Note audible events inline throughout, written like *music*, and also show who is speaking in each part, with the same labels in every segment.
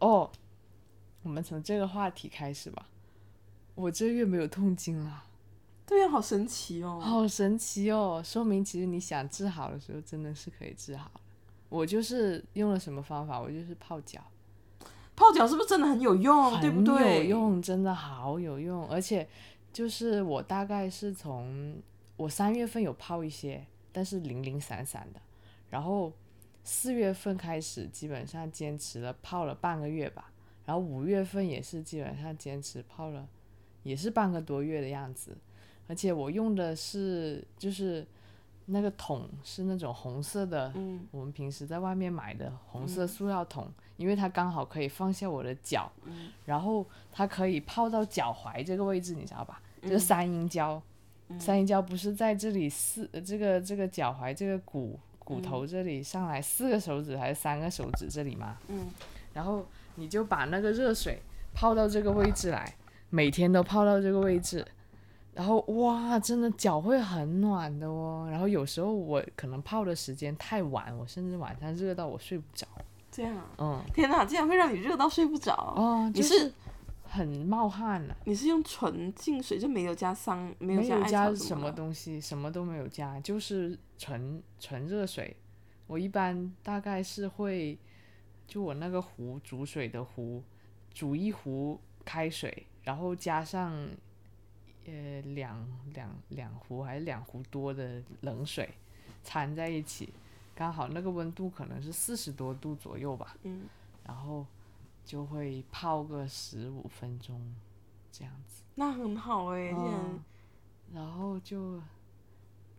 Speaker 1: 哦，我们从这个话题开始吧。我这月没有痛经了，
Speaker 2: 对呀、好神奇哦！
Speaker 1: 好神奇哦！说明其实你想治好的时候，真的是可以治好的。我就是用了什么方法？我就是泡脚，
Speaker 2: 泡脚是不是真的很有用？哦对不对？
Speaker 1: 很有。用，真的好有用。而且就是我大概是从我三月份有泡一些，但是零零散散的，然后四月份开始基本上坚持了泡了半个月吧，然后五月份也是基本上坚持泡了，也是半个多月的样子。而且我用的是就是那个桶是那种红色的，
Speaker 2: 嗯
Speaker 1: 我们平时在外面买的红色塑料桶，因为它刚好可以放下我的脚，
Speaker 2: 嗯
Speaker 1: 然后它可以泡到脚踝这个位置，你知道吧？
Speaker 2: 嗯
Speaker 1: 就是三阴交，三阴交不是在这里四呃这个这个脚踝这个骨骨头这里上来四个手指还是三个手指这里吗？
Speaker 2: 嗯，
Speaker 1: 然后你就把那个热水泡到这个位置来，每天都泡到这个位置，然后哇，真的脚会很暖的哦。然后有时候我可能泡的时间太晚，我甚至晚上热到我睡不着。
Speaker 2: 这样啊，
Speaker 1: 嗯，
Speaker 2: 天哪，竟然会让你热到睡不着！
Speaker 1: 哦，
Speaker 2: 你
Speaker 1: 就是是很冒汗呐、啊
Speaker 2: 你是用纯净水，就没有加桑，没有
Speaker 1: 没
Speaker 2: 加
Speaker 1: 有
Speaker 2: 艾
Speaker 1: 加
Speaker 2: 草
Speaker 1: 什
Speaker 2: 么
Speaker 1: 么
Speaker 2: 的。
Speaker 1: 东西，什么都没有加，就是纯纯热水。我一般大概是会，就我那个壶煮水的壶，煮一壶开水，然后加上呃两两两壶还是两壶多的冷水掺在一起，刚好那个温度可能是四十多度左右吧，
Speaker 2: 嗯，
Speaker 1: 然后就会泡个十五分钟这样子。
Speaker 2: 那很好哎、竟然
Speaker 1: 嗯然后就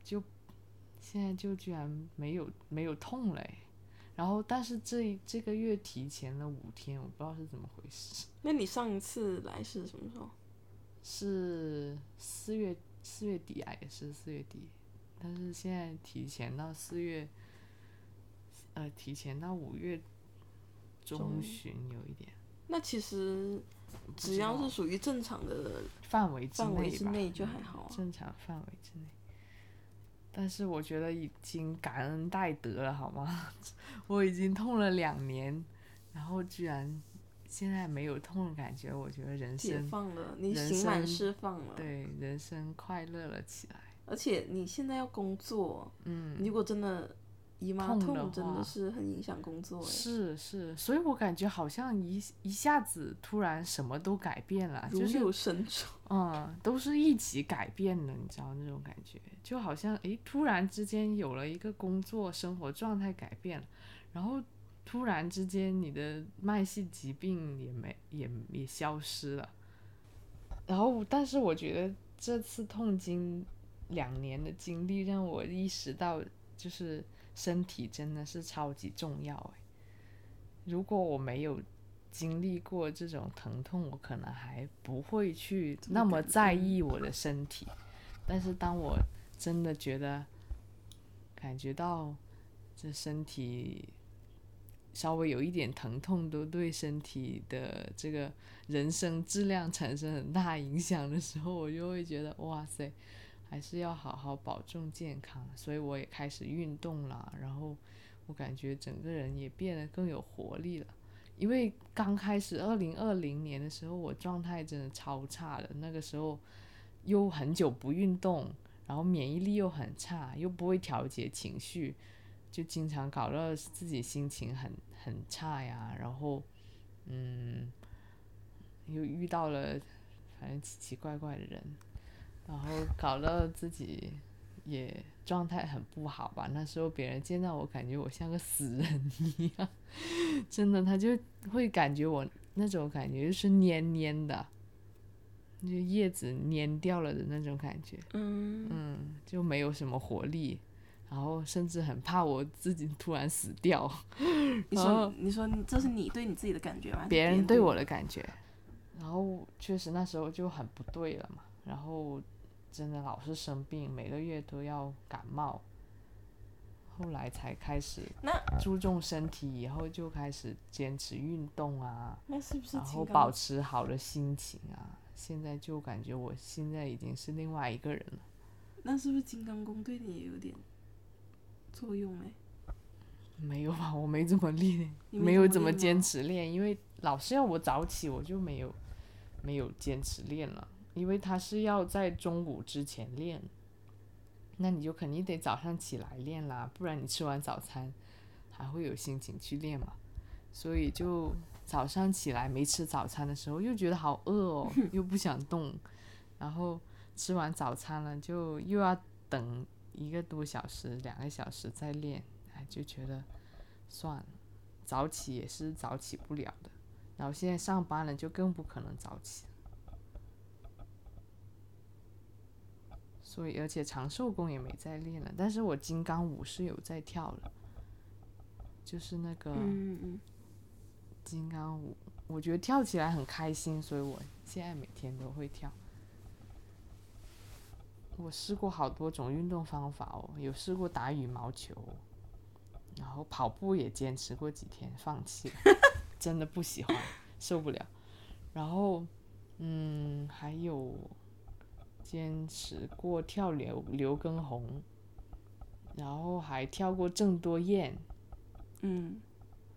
Speaker 1: 就现在就居然没有没有痛了诶，然后但是这这个月提前了五天，我不知道是怎么回事，
Speaker 2: 那你上一次来是什么时候？
Speaker 1: 是四月四月底啊，也是四月底，但是现在提前到四月，呃，提前到五月中
Speaker 2: 中
Speaker 1: 旬有一点
Speaker 2: 那其实只要是属于正常的，
Speaker 1: 范围之
Speaker 2: 范围
Speaker 1: 内
Speaker 2: 之
Speaker 1: 吧，
Speaker 2: 内就
Speaker 1: 嗯
Speaker 2: 还好啊
Speaker 1: 正常范围之内。但是我觉得已经感恩戴德了，好吗？ *laughs* 我已经痛了两年，然后居然现在没有痛的感觉，我觉得人
Speaker 2: 解
Speaker 1: 生
Speaker 2: 放了，你
Speaker 1: 人
Speaker 2: 刑满
Speaker 1: 生
Speaker 2: 释放了，
Speaker 1: 对人生快乐了起来。
Speaker 2: 而且你现在要工作，
Speaker 1: 嗯，
Speaker 2: 如果真的姨妈
Speaker 1: 痛的
Speaker 2: 痛，真
Speaker 1: 话
Speaker 2: 的是很影响工作哎。
Speaker 1: 是是，所以我感觉好像一一下子突然什么都改变了，
Speaker 2: 如
Speaker 1: 就是
Speaker 2: 有神助，
Speaker 1: 嗯，都是一起改变的，你知道那种感觉，就好像诶，突然之间有了一个工作生活状态改变了，然后突然之间你的慢性疾病也没也也消失了，然后但是我觉得这次痛经两年的经历让我意识到，就是身体真的是超级重要诶，如果我没有经历过这种疼痛，我可能还不会去
Speaker 2: 这么
Speaker 1: 那么
Speaker 2: 感动
Speaker 1: 在意我的身体。但是当我真的觉得感觉到这身体稍微有一点疼痛，都对身体的这个人生质量产生很大影响的时候，我就会觉得哇塞，还是要好好保重健康。所以我也开始运动了，然后我感觉整个人也变得更有活力了。因为刚开始二零二零年的时候，我状态真的超差的，那个时候又很久不运动，然后免疫力又很差，又不会调节情绪，就经常搞到自己心情很很差呀。然后，嗯，又遇到了反正奇奇怪怪的人，然后搞到自己也状态很不好吧。那时候别人见到我，感觉我像个死人一样， *laughs* 真的，他就会感觉我那种感觉就是蔫蔫的。就叶子蔫掉了的那种感觉，
Speaker 2: 嗯，
Speaker 1: 嗯，就没有什么活力，然后甚至很怕我自己突然死掉，
Speaker 2: 你
Speaker 1: 哦
Speaker 2: 说你说你这是你对你自己的感觉吗？还是
Speaker 1: 别人
Speaker 2: 对
Speaker 1: 对我
Speaker 2: 你
Speaker 1: 的感觉。然后确实那时候就很不对了嘛，然后真的老是生病，每个月都要感冒。后来才开始
Speaker 2: 那
Speaker 1: 注重身体，以后就开始坚持运动啊，
Speaker 2: 那是不是
Speaker 1: 然后
Speaker 2: 情感
Speaker 1: 保持好的心情啊。现在就感觉我现在已经是另外一个人了。
Speaker 2: 那是不是金刚功对你也有点作用哎？
Speaker 1: 没有吧，我没怎么练，
Speaker 2: 你
Speaker 1: 没
Speaker 2: 没
Speaker 1: 有
Speaker 2: 怎
Speaker 1: 怎
Speaker 2: 么
Speaker 1: 么
Speaker 2: 练
Speaker 1: 坚
Speaker 2: 吗
Speaker 1: 持练，因为老师要我早起，我就没有没有坚持练了，因为他是要在中午之前练，那你就肯定得早上起来练啦，不然你吃完早餐还会有心情去练嘛。所以就早上起来没吃早餐的时候，又觉得好饿哦，又不想动，然后吃完早餐了就又要等一个多小时、两个小时再练，哎，就觉得算了，早起也是早起不了的。然后现在上班了，就更不可能早起了。所以，而且长寿功也没在练了，但是我金刚舞是有在跳了，就是那个。
Speaker 2: 嗯嗯
Speaker 1: 金刚舞，我觉得跳起来很开心，所以我现在每天都会跳。我试过好多种运动方法哦，有试过打羽毛球，然后跑步也坚持过几天，放弃了， *laughs* 真的不喜欢，受不了。然后，嗯，还有坚持过跳刘刘畊宏，然后还跳过郑多燕，
Speaker 2: 嗯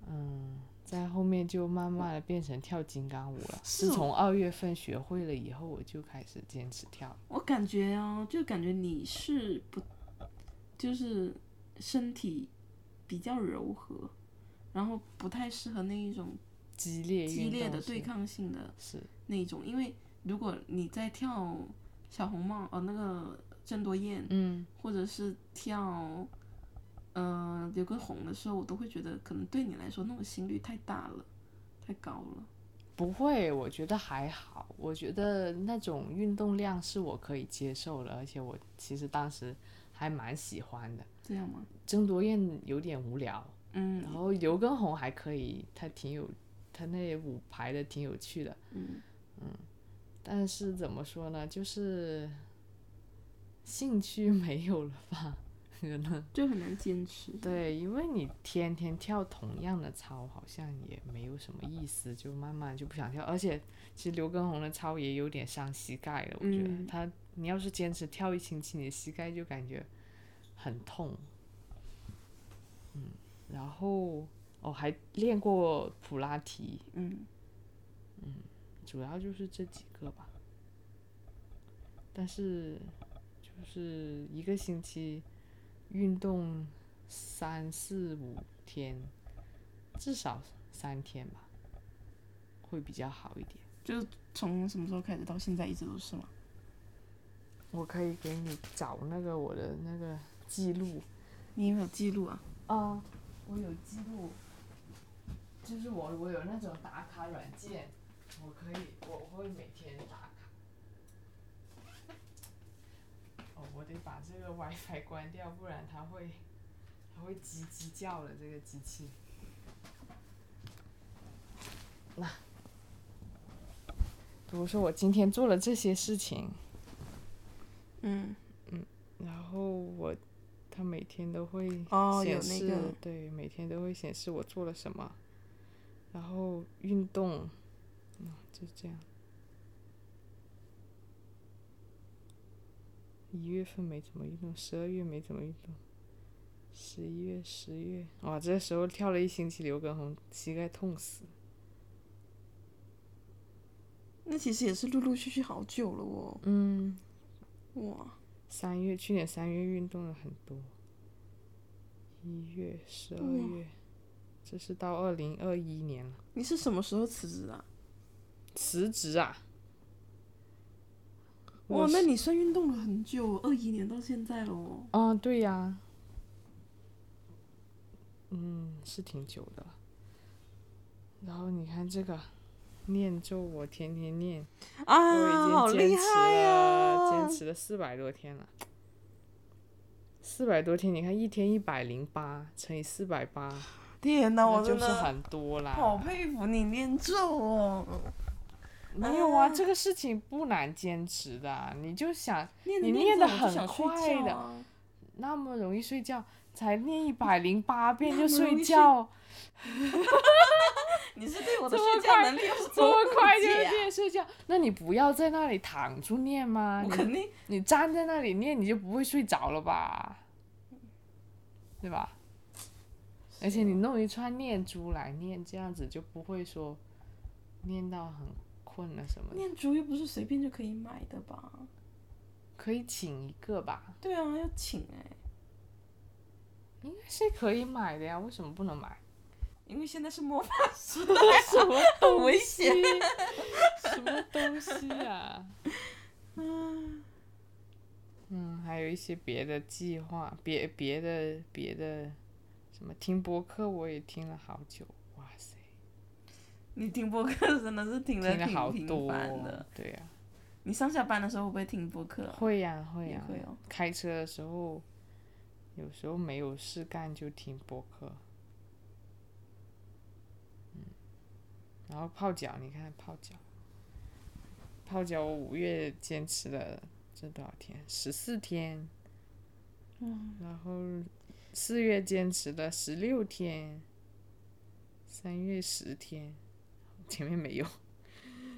Speaker 1: 嗯，在后面就慢慢的变成跳金刚舞了。
Speaker 2: 是
Speaker 1: 自
Speaker 2: 哦
Speaker 1: 从二月份学会了以后，我就开始坚持跳了。
Speaker 2: 我感觉哦，就感觉你是不，就是身体比较柔和，然后不太适合那一种
Speaker 1: 激烈运
Speaker 2: 激烈
Speaker 1: 动
Speaker 2: 的
Speaker 1: 是
Speaker 2: 对抗性的
Speaker 1: 是
Speaker 2: 那一种，因为如果你在跳小红帽，哦，那个郑多燕，
Speaker 1: 嗯
Speaker 2: 或者是跳，呃，刘畊宏的时候，我都会觉得可能对你来说那种心率太大了，太高了。
Speaker 1: 不会，我觉得还好。我觉得那种运动量是我可以接受的，而且我其实当时还蛮喜欢的。
Speaker 2: 这样吗？
Speaker 1: 郑多燕有点无聊，
Speaker 2: 嗯
Speaker 1: 然后刘畊宏还可以，他挺有他那舞排的挺有趣的。
Speaker 2: 嗯
Speaker 1: 但是怎么说呢，就是兴趣没有了吧，可能
Speaker 2: 嗯就很难坚持。
Speaker 1: 对，因为你天天跳同样的操，好像也没有什么意思，就慢慢就不想跳。而且其实刘畊宏的操也有点伤膝盖了，我觉得、
Speaker 2: 嗯
Speaker 1: 他你要是坚持跳一星期，你的膝盖就感觉很痛。嗯，然后哦还练过普拉提，
Speaker 2: 嗯，
Speaker 1: 主要就是这几个吧。但是就是一个星期运动三四五天，至少三天吧，会比较好一点。
Speaker 2: 就是从什么时候开始到现在一直都是吗？
Speaker 1: 我可以给你找那个我的那个记录
Speaker 2: 你有没有记录啊？
Speaker 1: 啊，我有记录，就是我我有那种打卡软件，我可以我会每天打卡。哦，我得把这个 WiFi 关掉，不然它会它会叽叽叫的这个机器。那，比如说我今天做了这些事情，
Speaker 2: 嗯，
Speaker 1: 然后我，它每天都会
Speaker 2: 哦有
Speaker 1: 显
Speaker 2: 那
Speaker 1: 示，
Speaker 2: 个
Speaker 1: 对，每天都会显示我做了什么，然后运动，嗯，就这样。一月份没怎么运动，十二月没怎么运动，十一月、十月，哇，这时候跳了一星期刘畊宏，膝盖痛死。
Speaker 2: 那其实也是陆陆续续好久了哦。
Speaker 1: 嗯，
Speaker 2: 哇，
Speaker 1: 三月，去年三月运动了很多，一月、十二
Speaker 2: 哇
Speaker 1: 月，这是到二零二一年了。
Speaker 2: 你是什么时候辞职的啊？
Speaker 1: 辞职啊？
Speaker 2: 哇
Speaker 1: 我，
Speaker 2: 那
Speaker 1: 是
Speaker 2: 你算运动了很久，哦二一年到现在了哦。
Speaker 1: 嗯，对呀、嗯，是挺久的了。然后你看这个念咒，我天天念，
Speaker 2: 啊，好
Speaker 1: 我已经
Speaker 2: 厉
Speaker 1: 坚持
Speaker 2: 害哦呀、
Speaker 1: 了，坚持了四百多天了。四百多天，你看一天一百零八乘以四百八，
Speaker 2: 天哪，
Speaker 1: 那
Speaker 2: 我
Speaker 1: 就
Speaker 2: 真
Speaker 1: 是
Speaker 2: 的
Speaker 1: 很多啦。
Speaker 2: 好佩服你念咒哦。
Speaker 1: 没有啊，
Speaker 2: 啊
Speaker 1: 这个事情不难坚持的啊，你就想
Speaker 2: 念
Speaker 1: 你
Speaker 2: 念
Speaker 1: 念
Speaker 2: 着
Speaker 1: 得
Speaker 2: 我就
Speaker 1: 很
Speaker 2: 想睡
Speaker 1: 快
Speaker 2: 觉
Speaker 1: 的
Speaker 2: 啊
Speaker 1: 那么容易睡觉，才念一百零八遍就
Speaker 2: 那么容
Speaker 1: 睡
Speaker 2: 易睡
Speaker 1: 觉，
Speaker 2: 你是对我的
Speaker 1: 这
Speaker 2: 睡
Speaker 1: 么
Speaker 2: 觉
Speaker 1: 快
Speaker 2: 能力有什
Speaker 1: 这么快
Speaker 2: 误
Speaker 1: 就
Speaker 2: 解啊
Speaker 1: 念睡觉，那你不要在那里躺住念吗？
Speaker 2: 啊我
Speaker 1: 你
Speaker 2: 肯定
Speaker 1: 你站在那里念，你就不会睡着了吧？对吧？而且你弄一串念珠来念，这样子就不会说念到很困了什么的，
Speaker 2: 念珠又不是随便就可以买的吧？
Speaker 1: 可以请一个吧？
Speaker 2: 对啊，要请哎、
Speaker 1: 应该是可以买的呀，为什么不能买？
Speaker 2: *laughs* 因为现在是魔法，
Speaker 1: 什么
Speaker 2: 很危
Speaker 1: 东西
Speaker 2: 险？
Speaker 1: 什么东西啊？嗯，还有一些别的计划，别别的别的什么听播客，我也听了好久，哇塞，
Speaker 2: 你听播客真的是听的
Speaker 1: 听了好
Speaker 2: 挺频
Speaker 1: 多哦
Speaker 2: 繁的。，
Speaker 1: 对呀、
Speaker 2: 你上下班的时候会不会听播客啊？
Speaker 1: 会呀、会
Speaker 2: 也
Speaker 1: 呀、
Speaker 2: 会哦。
Speaker 1: 开车的时候，有时候没有事干就听播客，嗯，然后泡脚，你看泡脚，泡脚我五月坚持了这多少天？十四天，嗯，然后四月坚持了十六天，三月十天，前面没有。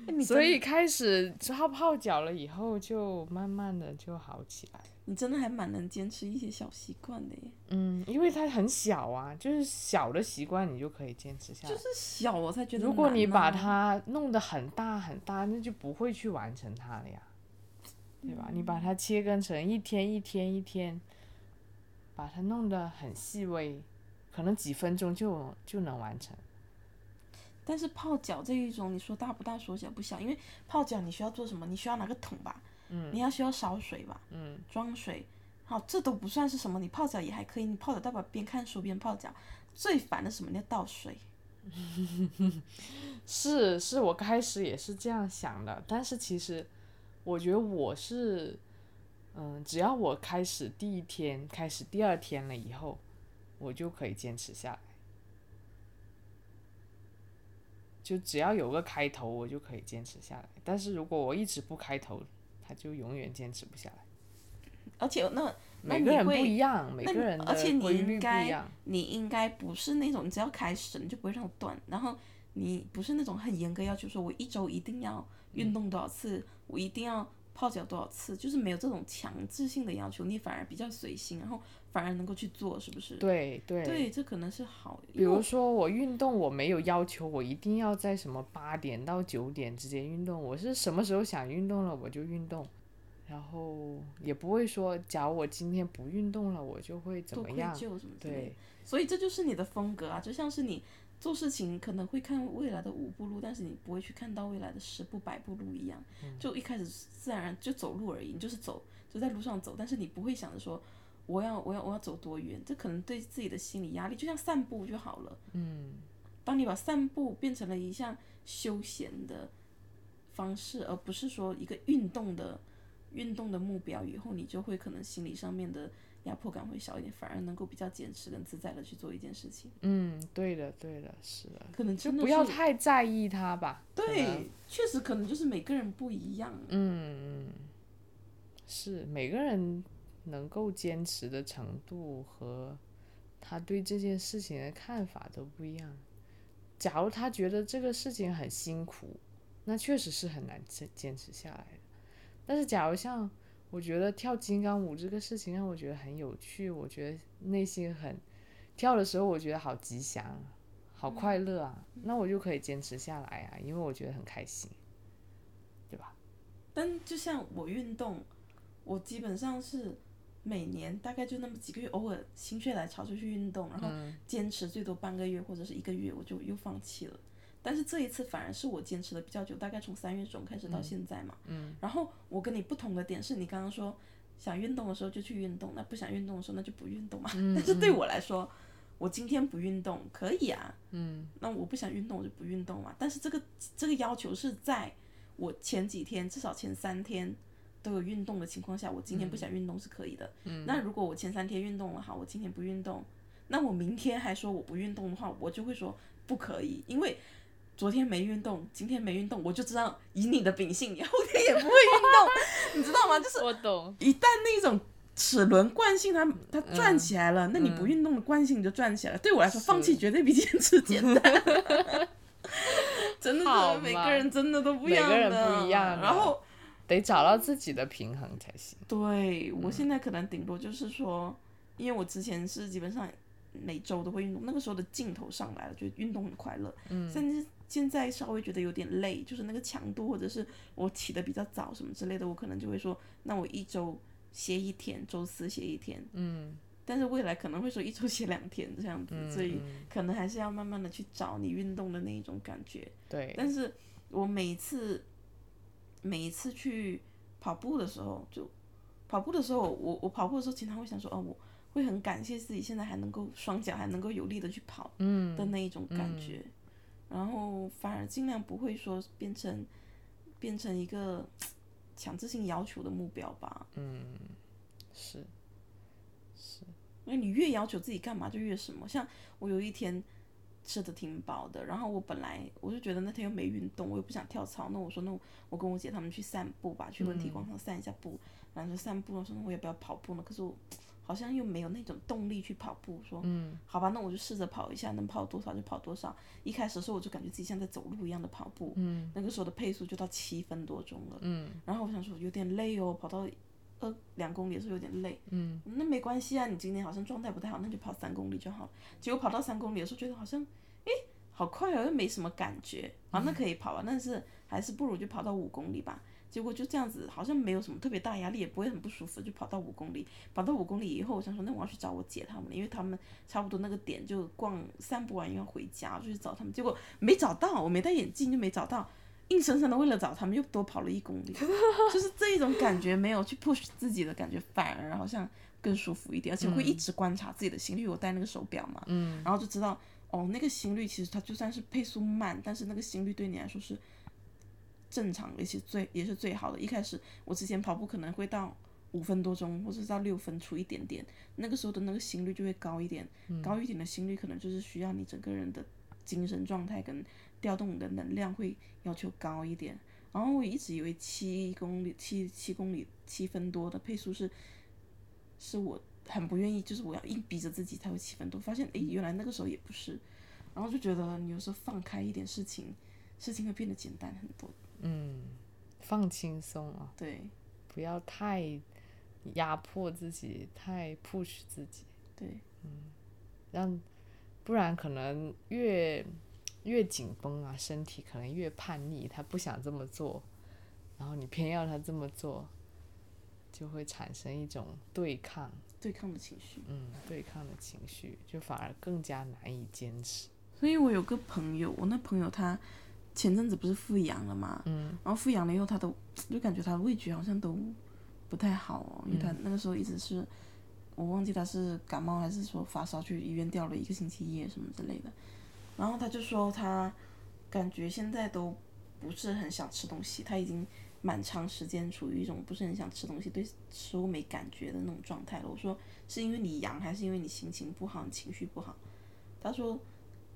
Speaker 2: 哎你
Speaker 1: 所
Speaker 2: 真
Speaker 1: 以开始泡泡脚了以后，就慢慢的就好起来。
Speaker 2: 你真的还蛮能坚持一些小习惯的耶，
Speaker 1: 嗯，因为它很小啊，就是小的习惯你就可以坚持下来。
Speaker 2: 就是小我才觉得、
Speaker 1: 啊
Speaker 2: 啊
Speaker 1: 如果你把，它弄得很大很大，那就不会去完成它了呀，对吧？你把
Speaker 2: 嗯
Speaker 1: 它切割成一天一天一天，把它弄得很细微，可能几分钟就就能完成。
Speaker 2: 但是泡脚这一种，你说大不大，说小不小，因为泡脚你需要做什么？你需要拿个桶吧，嗯，你要需要烧水吧，嗯，装水，好，这都不算是什么，你泡脚也还可以，你泡脚代表边看书边泡脚，最烦的是什么？你要倒水，
Speaker 1: 是是，我开始也是这样想的，但是其实我觉得我是，嗯，只要我开始第一天，开始第二天了以后，我就可以坚持下来。就只要有个开头，我就可以坚持下来。但是如果我一直不开头，它就永远坚持不下来。
Speaker 2: 而且那那
Speaker 1: 每个
Speaker 2: 你
Speaker 1: 人不
Speaker 2: 会
Speaker 1: 一样，每
Speaker 2: 那
Speaker 1: 个
Speaker 2: 你
Speaker 1: 人
Speaker 2: 而且
Speaker 1: 的
Speaker 2: 你
Speaker 1: 规
Speaker 2: 应
Speaker 1: 律不
Speaker 2: 该
Speaker 1: 一样。
Speaker 2: 你应该不是那种你只要开始你就不会让我断，然后你不是那种很严格要求，说我一周一定要运动多少次，我一定要泡脚多少次，就是没有这种强制性的要求，你反而比较随心，然后反而能够去做，是不是？
Speaker 1: 对对
Speaker 2: 对，这可能是好。因
Speaker 1: 比
Speaker 2: 为我
Speaker 1: 如说我运动，我没有要求我一定要在什么八点到九点之间运动，我是什么时候想运动了我就运动，然后也不会说，假如我今天不运动了，我就会怎
Speaker 2: 多
Speaker 1: 么
Speaker 2: 愧
Speaker 1: 样
Speaker 2: 疚？什么之类的
Speaker 1: 对，
Speaker 2: 所以这就是你的风格啊，就像是你做事情可能会看未来的五步路，但是你不会去看到未来的十步、百步路一样，就一开始自然而然就走路而已，你就是走，就在路上走，但是你不会想着说我要我要我要走多远，这可能对自己的心理压力，就像散步就好了。嗯，当你把散步变成了一项休闲的方式，而不是说一个运动的。运动的目标以后，你就会可能心理上面的压迫感会少一点，反而能够比较坚持跟自在的去做一件事情。
Speaker 1: 嗯，对的，对的，是的，
Speaker 2: 可能
Speaker 1: 就
Speaker 2: 真的
Speaker 1: 不要
Speaker 2: 是
Speaker 1: 太在意它吧。可能
Speaker 2: 对，确实可能就是每个人不一样。啊
Speaker 1: 是每个人能够坚持的程度和他对这件事情的看法都不一样。假如他觉得这个事情很辛苦，那确实是很难坚坚持下来的。但是，假如像我觉得跳金刚舞这个事情让我觉得很有趣，我觉得内心很跳的时候，我觉得好吉祥啊，好快乐啊，那我就可以坚持下来啊，因为我觉得很开心，对吧？
Speaker 2: 但就像我运动，我基本上是每年大概就那么几个月，偶尔心血来潮就去运动，然后坚持最多半个月或者是一个月，我就又放弃了。但是这一次反而是我坚持的比较久，大概从三月中开始到现在嘛。嗯。然后我跟你不同的点是你刚刚说想运动的时候就去运动，那不想运动的时候那就不运动嘛。 *laughs* 但是对我来说，我今天不运动可以啊。嗯。那我不想运动我就不运动嘛。但是这个这个要求是在我前几天至少前三天都有运动的情况下，我今天不想运动是可以的。那如果我前三天运动了，好，我今天不运动，那我明天还说我不运动的话，我就会说不可以，因为昨天没运动，今天没运动，我就知道以你的秉性， *laughs* 你后天也不会运动， *laughs* 你知道吗？就是
Speaker 1: 我懂，
Speaker 2: 一旦那种齿轮惯性它它转起来
Speaker 1: 嗯
Speaker 2: 了，那你不运动的惯性就转起来了。对我来说，
Speaker 1: 是
Speaker 2: 放弃绝对比坚持简单。 *laughs* 真的
Speaker 1: 好嘛
Speaker 2: 是每个人真的都不一样的，
Speaker 1: 每个人不一样啊的
Speaker 2: 然后
Speaker 1: 得找到自己的平衡才行。
Speaker 2: 对我现在可能顶多就是说，因为我之前是基本上每周都会运动，那个时候的劲头上来了，觉得运动很快乐。嗯，甚至现在稍微觉得有点累，就是那个强度，或者是我起得比较早什么之类的，我可能就会说，那我一周歇一天，周四歇一天。嗯。但是未来可能会说一周歇两天这样子，所以可能还是要慢慢的去找你运动的那一种感觉。
Speaker 1: 对，
Speaker 2: 但是我每一次每一次去跑步的时候，就跑步的时候，我我跑步的时候经常会想说，哦，我会很感谢自己现在还能够双脚还能够有力的去跑，嗯的那一种感觉，然后反而尽量不会说变成变成一个强制性要求的目标吧，
Speaker 1: 是是，
Speaker 2: 因为你越要求自己干嘛就越什么。像我有一天吃的挺饱的，然后我本来我就觉得那天又没运动，我又不想跳槽，那我说那我我跟我姐她们去散步吧，去文体广场散一下步，然后就散步，我说那我也不要跑步呢，可是我好像又没有那种动力去跑步，说嗯，好吧，那我就试着跑一下，能跑多少就跑多少。一开始的时候我就感觉自己像在走路一样的跑步，嗯，那个时候的配速就到七分多钟了，嗯，然后我想说有点累哦，跑到。呃，两公里是有点累，嗯，那没关系啊，你今天好像状态不太好，那就跑三公里就好了。结果跑到三公里的时候，觉得好像，诶，好快哦，又没什么感觉，啊，那可以跑啊，但是还是不如就跑到五公里吧。结果就这样子，好像没有什么特别大压力，也不会很不舒服，就跑到五公里。跑到五公里以后，我想说，那我要去找我姐她们了，因为她们差不多那个点就逛散步完又要回家，我就去找她们。结果没找到，我没戴眼镜就没找到，硬生生的为了找她们又多跑了一公里。 *laughs* 就是这一种感觉，没有去 push 自己的感觉，反而好像更舒服一点，而且会一直观察自己的心率。我戴那个手表嘛，嗯，然后就知道哦，那个心率其实它就算是配速慢，但是那个心率对你来说是正常的，也是最也是最好的。一开始我之前跑步可能会到五分多钟，或者是到六分出一点点，那个时候的那个心率就会高一点，高一点的心率可能就是需要你整个人的精神状态跟调动你的能量会要求高一点。然后我一直以为七公里、七七公里、七分多的配速是，是我很不愿意，就是我要硬逼着自己才会七分多。发现诶，原来那个时候也不是，然后就觉得你有时候放开一点事情，事情会变得简单很多。
Speaker 1: 放轻松啊，
Speaker 2: 对
Speaker 1: 不要太压迫自己，太 push 自己，
Speaker 2: 对，
Speaker 1: 让不然可能越越紧绷啊，身体可能越叛逆，他不想这么做，然后你偏要他这么做，就会产生一种对抗，
Speaker 2: 对抗的情绪。
Speaker 1: 嗯，对抗的情绪，就反而更加难以坚持。
Speaker 2: 所以我有个朋友，我那朋友他前阵子不是复阳了嘛，然后复阳了以后，他的就感觉他的味觉好像都不太好哦，因为他那个时候一直是，我忘记他是感冒还是说发烧去医院吊了一个星期夜什么之类的，然后他就说他感觉现在都不是很想吃东西，他已经蛮长时间处于一种不是很想吃东西、对食物没感觉的那种状态了。我说是因为你阳还是因为你心情不好、你情绪不好？他说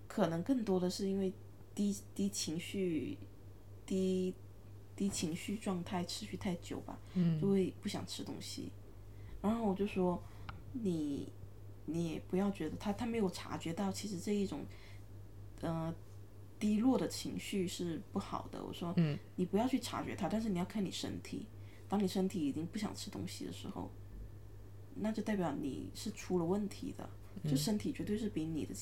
Speaker 2: 可能更多的是因为低低情绪、低低情绪状态持续太久吧，就会不想吃东西。然后我就说你你也不要觉得他他没有察觉到，其实这一种呃低落的情绪是不好的。我说、你不要去察觉它，但是你要看你身体，当你身体已经不想吃东西的时候，那就代表你是出了问题的。就身体绝对是比你的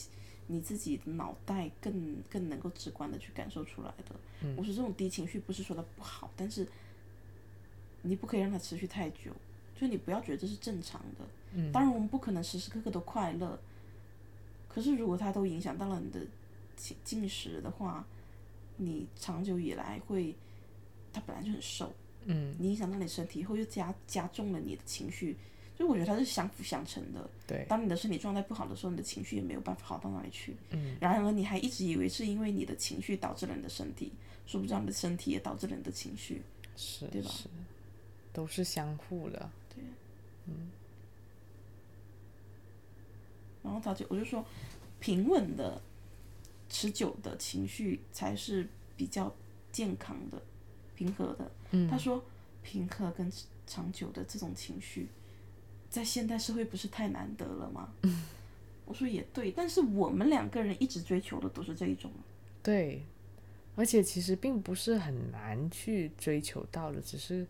Speaker 2: 你自己的脑袋更更能够直观的去感受出来的。我说这种低情绪不是说它不好，但是你不可以让它持续太久，就你不要觉得这是正常的。当然我们不可能时时刻刻都快乐，可是如果它都影响到了你的进进食的话，你长久以来会，它本来就很瘦，嗯，你影响到你身体以后又加加重了你的情绪，就我觉得它是相辅相成的。
Speaker 1: 对，
Speaker 2: 当你的身体状态不好的时候，你的情绪也没有办法好到哪里去。嗯，然而你还一直以为是因为你的情绪导致了你的身体，殊不知你的身体也导致了你的情绪。
Speaker 1: 是，
Speaker 2: 对吧
Speaker 1: 是，都是相互的。
Speaker 2: 然后他就我就说，平稳的、持久的情绪才是比较健康的、平和的。他说，平和跟长久的这种情绪，在现代社会不是太难得了吗？我说也对，但是我们两个人一直追求的都是这一种。
Speaker 1: 对，而且其实并不是很难去追求到的，只是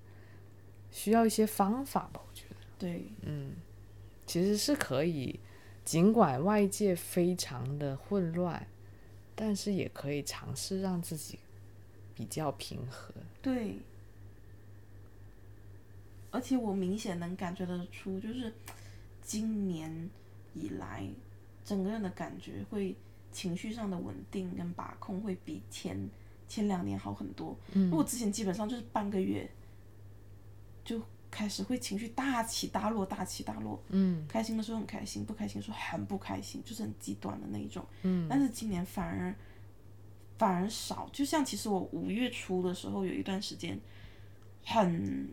Speaker 1: 需要一些方法吧。我觉得
Speaker 2: 对，
Speaker 1: 其实是可以，尽管外界非常的混乱，但是也可以尝试让自己比较平和。
Speaker 2: 对，而且我明显能感觉得出，就是今年以来，整个人的感觉会情绪上的稳定跟把控会比前前两年好很多。嗯，我之前基本上就是半个月就开始会情绪大起大落，大起大落。
Speaker 1: 嗯
Speaker 2: 开心的时候很开心，不开心的时候很不开心，就是很极端的那一种。
Speaker 1: 嗯
Speaker 2: 但是今年反而反而少，就像其实我五月初的时候有一段时间很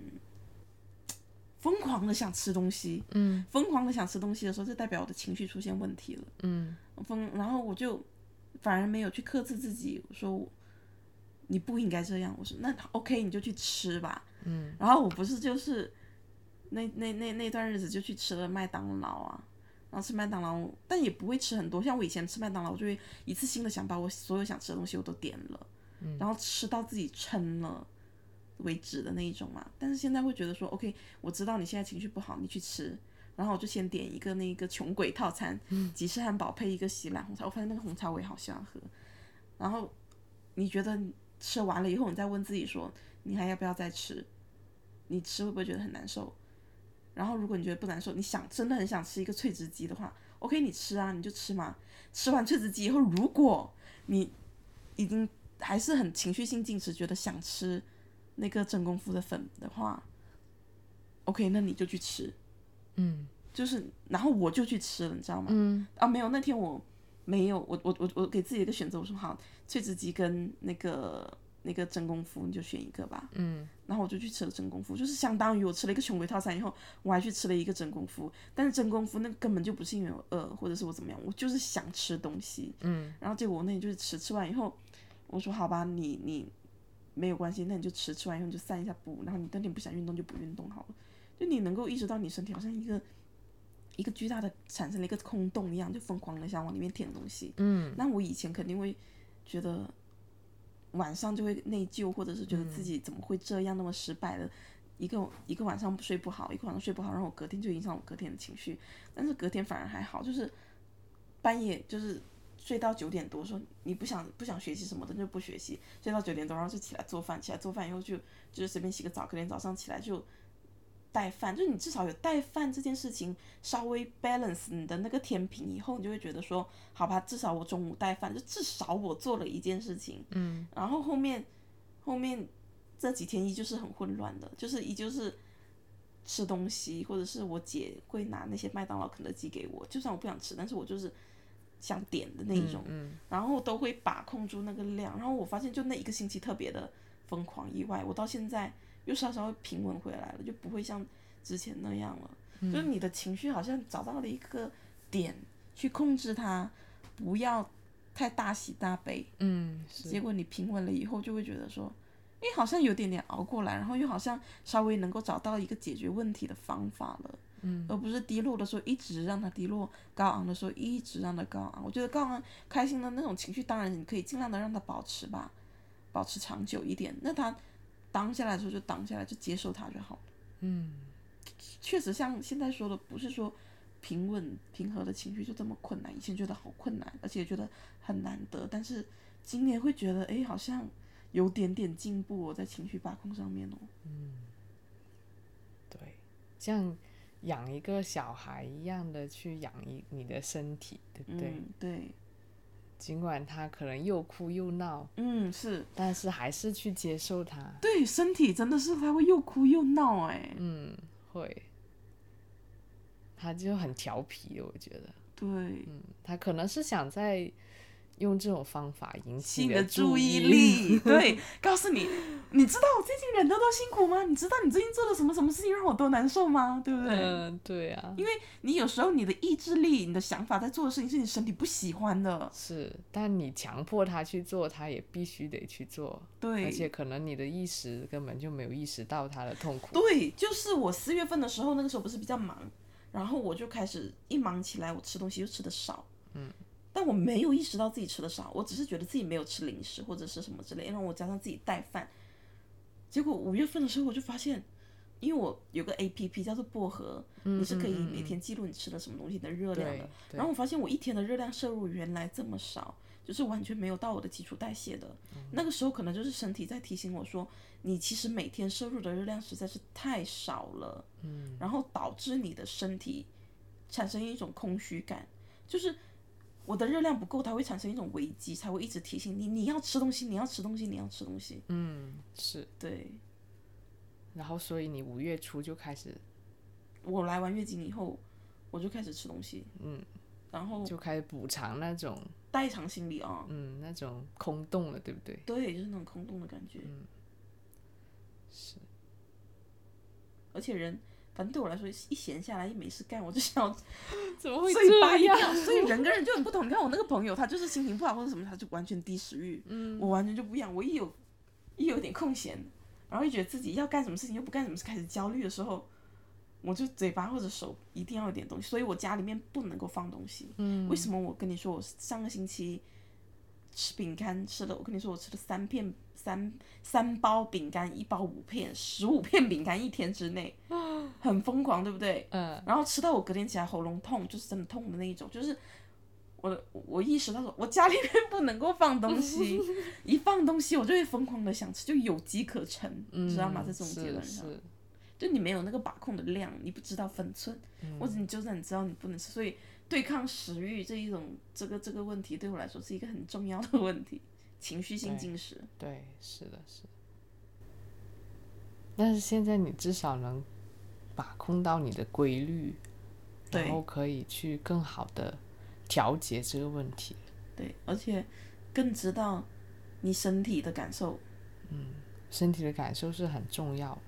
Speaker 2: 疯狂的想吃东西，
Speaker 1: 嗯
Speaker 2: 疯狂的想吃东西的时候，就代表我的情绪出现问题了。
Speaker 1: 嗯
Speaker 2: 疯，然后我就反而没有去克制自己，我说你不应该这样。我说那 OK，你就去吃吧。
Speaker 1: 嗯，
Speaker 2: 然后我不是就是那那那那段日子就去吃了麦当劳啊，然后吃麦当劳，但也不会吃很多。像我以前吃麦当劳，我就会一次性的想把我所有想吃的东西我都点了，然后吃到自己撑了。为止的那一种嘛，但是现在会觉得说，OK，我知道你现在情绪不好，你去吃，然后我就先点一个那个穷鬼套餐，吉士汉堡配一个喜兰红茶，我发现那个红茶我也好喜欢喝。然后你觉得你吃完了以后，你再问自己说，你还要不要再吃？你吃会不会觉得很难受？然后如果你觉得不难受，你想真的很想吃一个脆汁鸡的话，OK，你吃啊，你就吃嘛。吃完脆汁鸡以后，如果你已经还是很情绪性进食，觉得想吃那个真功夫的粉的话，OK，那你就去吃。
Speaker 1: 嗯
Speaker 2: 就是，然后我就去吃了，你知道吗？
Speaker 1: 嗯
Speaker 2: 啊，没有，那天我没有，我我我我给自己一个选择，我说好，脆子鸡跟那个那个真功夫，你就选一个吧。
Speaker 1: 嗯
Speaker 2: 然后我就去吃了真功夫，就是相当于我吃了一个穷鬼套餐以后，我还去吃了一个真功夫。但是真功夫那个根本就不是因为我饿，或者是我怎么样，我就是想吃东西。
Speaker 1: 嗯
Speaker 2: 然后结果我那天就是吃，吃完以后，我说好吧，你你没有关系，那你就吃，吃完以后你就散一下步，然后你那天不想运动就不运动好了。就你能够意识到你身体好像一个一个巨大的产生了一个空洞一样，就疯狂的想往里面填东西。
Speaker 1: 嗯
Speaker 2: 那我以前肯定会觉得晚上就会内疚，或者是觉得自己怎么会这样那么失败的，一个一个晚上睡不好，一个晚上睡不好，然后我隔天就影响我隔天的情绪，但是隔天反而还好，就是半夜就是。睡到九点多，说你不想不想学习什么的就不学习，睡到九点多，然后就起来做饭，起来做饭以后就就是随便洗个澡，隔天早上起来就带饭，就是你至少有带饭这件事情稍微 balance 你的那个天平以后，你就会觉得说，好吧，至少我中午带饭，就至少我做了一件事情。
Speaker 1: 嗯
Speaker 2: 然后后面后面这几天依旧是很混乱的，就是依旧是吃东西，或者是我姐会拿那些麦当劳、肯德基给我，就算我不想吃，但是我就是想点的那一种，
Speaker 1: 嗯
Speaker 2: 然后都会把控住那个量。然后我发现就那一个星期特别的疯狂意外，我到现在又稍稍平稳回来了，就不会像之前那样了。
Speaker 1: 嗯
Speaker 2: 就是你的情绪好像找到了一个点去控制它，不要太大喜大悲。
Speaker 1: 嗯，是
Speaker 2: 结果你平稳了以后，就会觉得说，哎，好像有点点熬过来，然后又好像稍微能够找到一个解决问题的方法了，
Speaker 1: 嗯，
Speaker 2: 而不是低落的时候一直让它低落，高昂的时候一直让它高昂。我觉得高昂开心的那种情绪，当然你可以尽量的让它保持吧，保持长久一点。那它当下来的时候就当下来，就接受它就好了。
Speaker 1: 嗯
Speaker 2: 确实像现在说的，不是说平稳平和的情绪就这么困难。以前觉得好困难，而且觉得很难得，但是今年会觉得，哎，好像有点点进步哦，在情绪把控上面哦。
Speaker 1: 对，像养一个小孩一样的去养一你的身体，对不对？
Speaker 2: 嗯，对，
Speaker 1: 尽管他可能又哭又闹，
Speaker 2: 嗯，是
Speaker 1: 但是还是去接受他。
Speaker 2: 对身体真的是它会又哭又闹哎，
Speaker 1: 嗯，会。他就很调皮，我觉得，
Speaker 2: 对，
Speaker 1: 嗯，他可能是想在用这种方法引起
Speaker 2: 吸你的注
Speaker 1: 注
Speaker 2: 意
Speaker 1: 力。 *laughs*
Speaker 2: 力，对，告诉你，你知道我最近忍得多辛苦吗？你知道你最近做了什么什么事情让我多难受吗？对不对？
Speaker 1: 嗯，对啊，
Speaker 2: 因为你有时候你的意志力、你的想法在做的事情是你身体不喜欢的，
Speaker 1: 是，但你强迫他去做，他也必须得去做，
Speaker 2: 对，
Speaker 1: 而且可能你的意识根本就没有意识到他的痛苦。
Speaker 2: 对，就是我四月份的时候，那个时候不是比较忙，然后我就开始一忙起来，我吃东西就吃的少，嗯，但我没有意识到自己吃的少，我只是觉得自己没有吃零食或者是什么之类，然后我加上自己带饭，结果五月份的时候我就发现，因为我有个 A P P 叫做薄荷，
Speaker 1: 嗯
Speaker 2: 你是可以每天记录你吃的什么东西你的热量
Speaker 1: 对
Speaker 2: 的，
Speaker 1: 对
Speaker 2: 然后我发现我一天的热量摄入原来这么少，就是完全没有到我的基础代谢的。那个时候可能就是身体在提醒我说，你其实每天摄入的热量实在是太少了，嗯，然后导致你的身体产生一种空虚感，就是我的热量不够，它会产生一种危机，才会一直提醒你，你要吃东西，你要吃东西，你要吃东西。
Speaker 1: 嗯，是。
Speaker 2: 对
Speaker 1: 然后，所以你五月初就开始
Speaker 2: 我来完月经以后，我就开始吃东西，嗯，然后
Speaker 1: 就开始补偿那种
Speaker 2: 代偿心理啊，
Speaker 1: 嗯那种空洞了，对不对？
Speaker 2: 对，就是那种空洞的感觉。 *laughs*
Speaker 1: 是，
Speaker 2: 而且人，反正对我来说，一闲下来一没事干，我
Speaker 1: *laughs*
Speaker 2: 就想要
Speaker 1: 怎么会
Speaker 2: 所以
Speaker 1: 这
Speaker 2: 吧一
Speaker 1: 样？
Speaker 2: 所以人跟人就很不同。你看我那个朋友，他就是心情不好或者什么，他就完全低食欲。嗯，我完全就不一样。我一有一有点空闲，然后一觉得自己要干什么事情又不干什么事，开始焦虑的时候，我就嘴巴或者手一定要有点东西。所以我家里面不能够放东西。嗯，为什么我跟你说我上个星期吃饼干吃了？我跟你说我吃了三片三三包饼干，一包五片，十五片饼干一天之
Speaker 1: *gasps*
Speaker 2: 内，很疯狂，对不对？
Speaker 1: 嗯
Speaker 2: 然后吃到我隔天起来喉咙痛，就是真的痛的那一种，就是我的我我意识到说，我家里面不能够放
Speaker 1: *laughs*
Speaker 2: 东西，一放东西我就会疯狂的想吃，就有机可乘，
Speaker 1: 嗯，
Speaker 2: 知道吗？在这种阶段
Speaker 1: 是
Speaker 2: 上，
Speaker 1: 是
Speaker 2: 就你没有那个把控的量，你不知道分寸，
Speaker 1: 嗯
Speaker 2: 或者你就算你知道你不能吃，所以对抗食欲这一种这个这个问题对我来说是一个很重要的问题，情绪性
Speaker 1: 对
Speaker 2: 进食。
Speaker 1: 对，是的，是的。但是现在你至少能把控到你的规律，
Speaker 2: 对
Speaker 1: 然后可以去更好的调节这个问题。
Speaker 2: 对，而且更知道你身体的感受，
Speaker 1: 身体的感受是很重要的，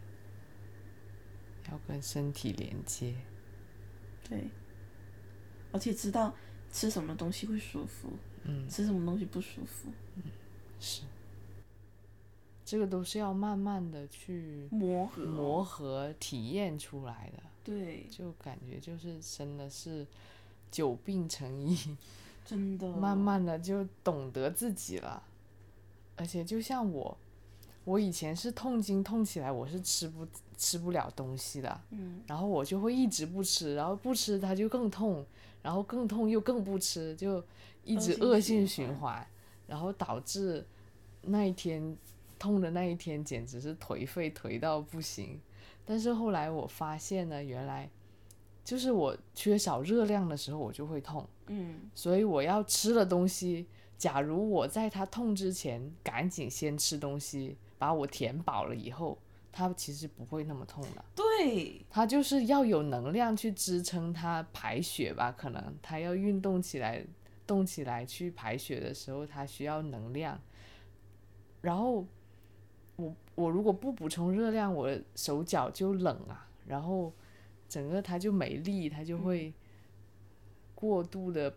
Speaker 1: 要跟身体连接。
Speaker 2: 对，而且知道吃什么东西会舒服，
Speaker 1: 嗯，
Speaker 2: 吃什么东西不舒服，
Speaker 1: 是，这个都是要慢慢的去
Speaker 2: 磨合，
Speaker 1: 磨合、体验出来的。
Speaker 2: 对，
Speaker 1: 就感觉就是真的是久病成医，
Speaker 2: 真的，
Speaker 1: 慢，慢的就懂得自己了。而且就像我，我以前是痛经痛起来，我是吃不吃不了东西的，
Speaker 2: 嗯，
Speaker 1: 然后我就会一直不吃，然后不吃它就更痛，然后更痛又更不吃，就一直
Speaker 2: 恶
Speaker 1: 恶
Speaker 2: 性
Speaker 1: 性
Speaker 2: 循
Speaker 1: 循环，然后导致那一天痛的那一天简直是颓废颓到不行。但是后来我发现呢，原来就是我缺少热量的时候我就会痛，
Speaker 2: 嗯，
Speaker 1: 所以我要吃了东西，假如我在它痛之前赶紧先吃东西，把我填饱了以后，它其实不会那么痛了。
Speaker 2: 对，
Speaker 1: 它就是要有能量去支撑它排血吧，可能它要运动起来，动起来去排血的时候，它需要能量。然后我我如果不补充热量，我的手脚就冷啊，然后整个它就没力，它就会过度的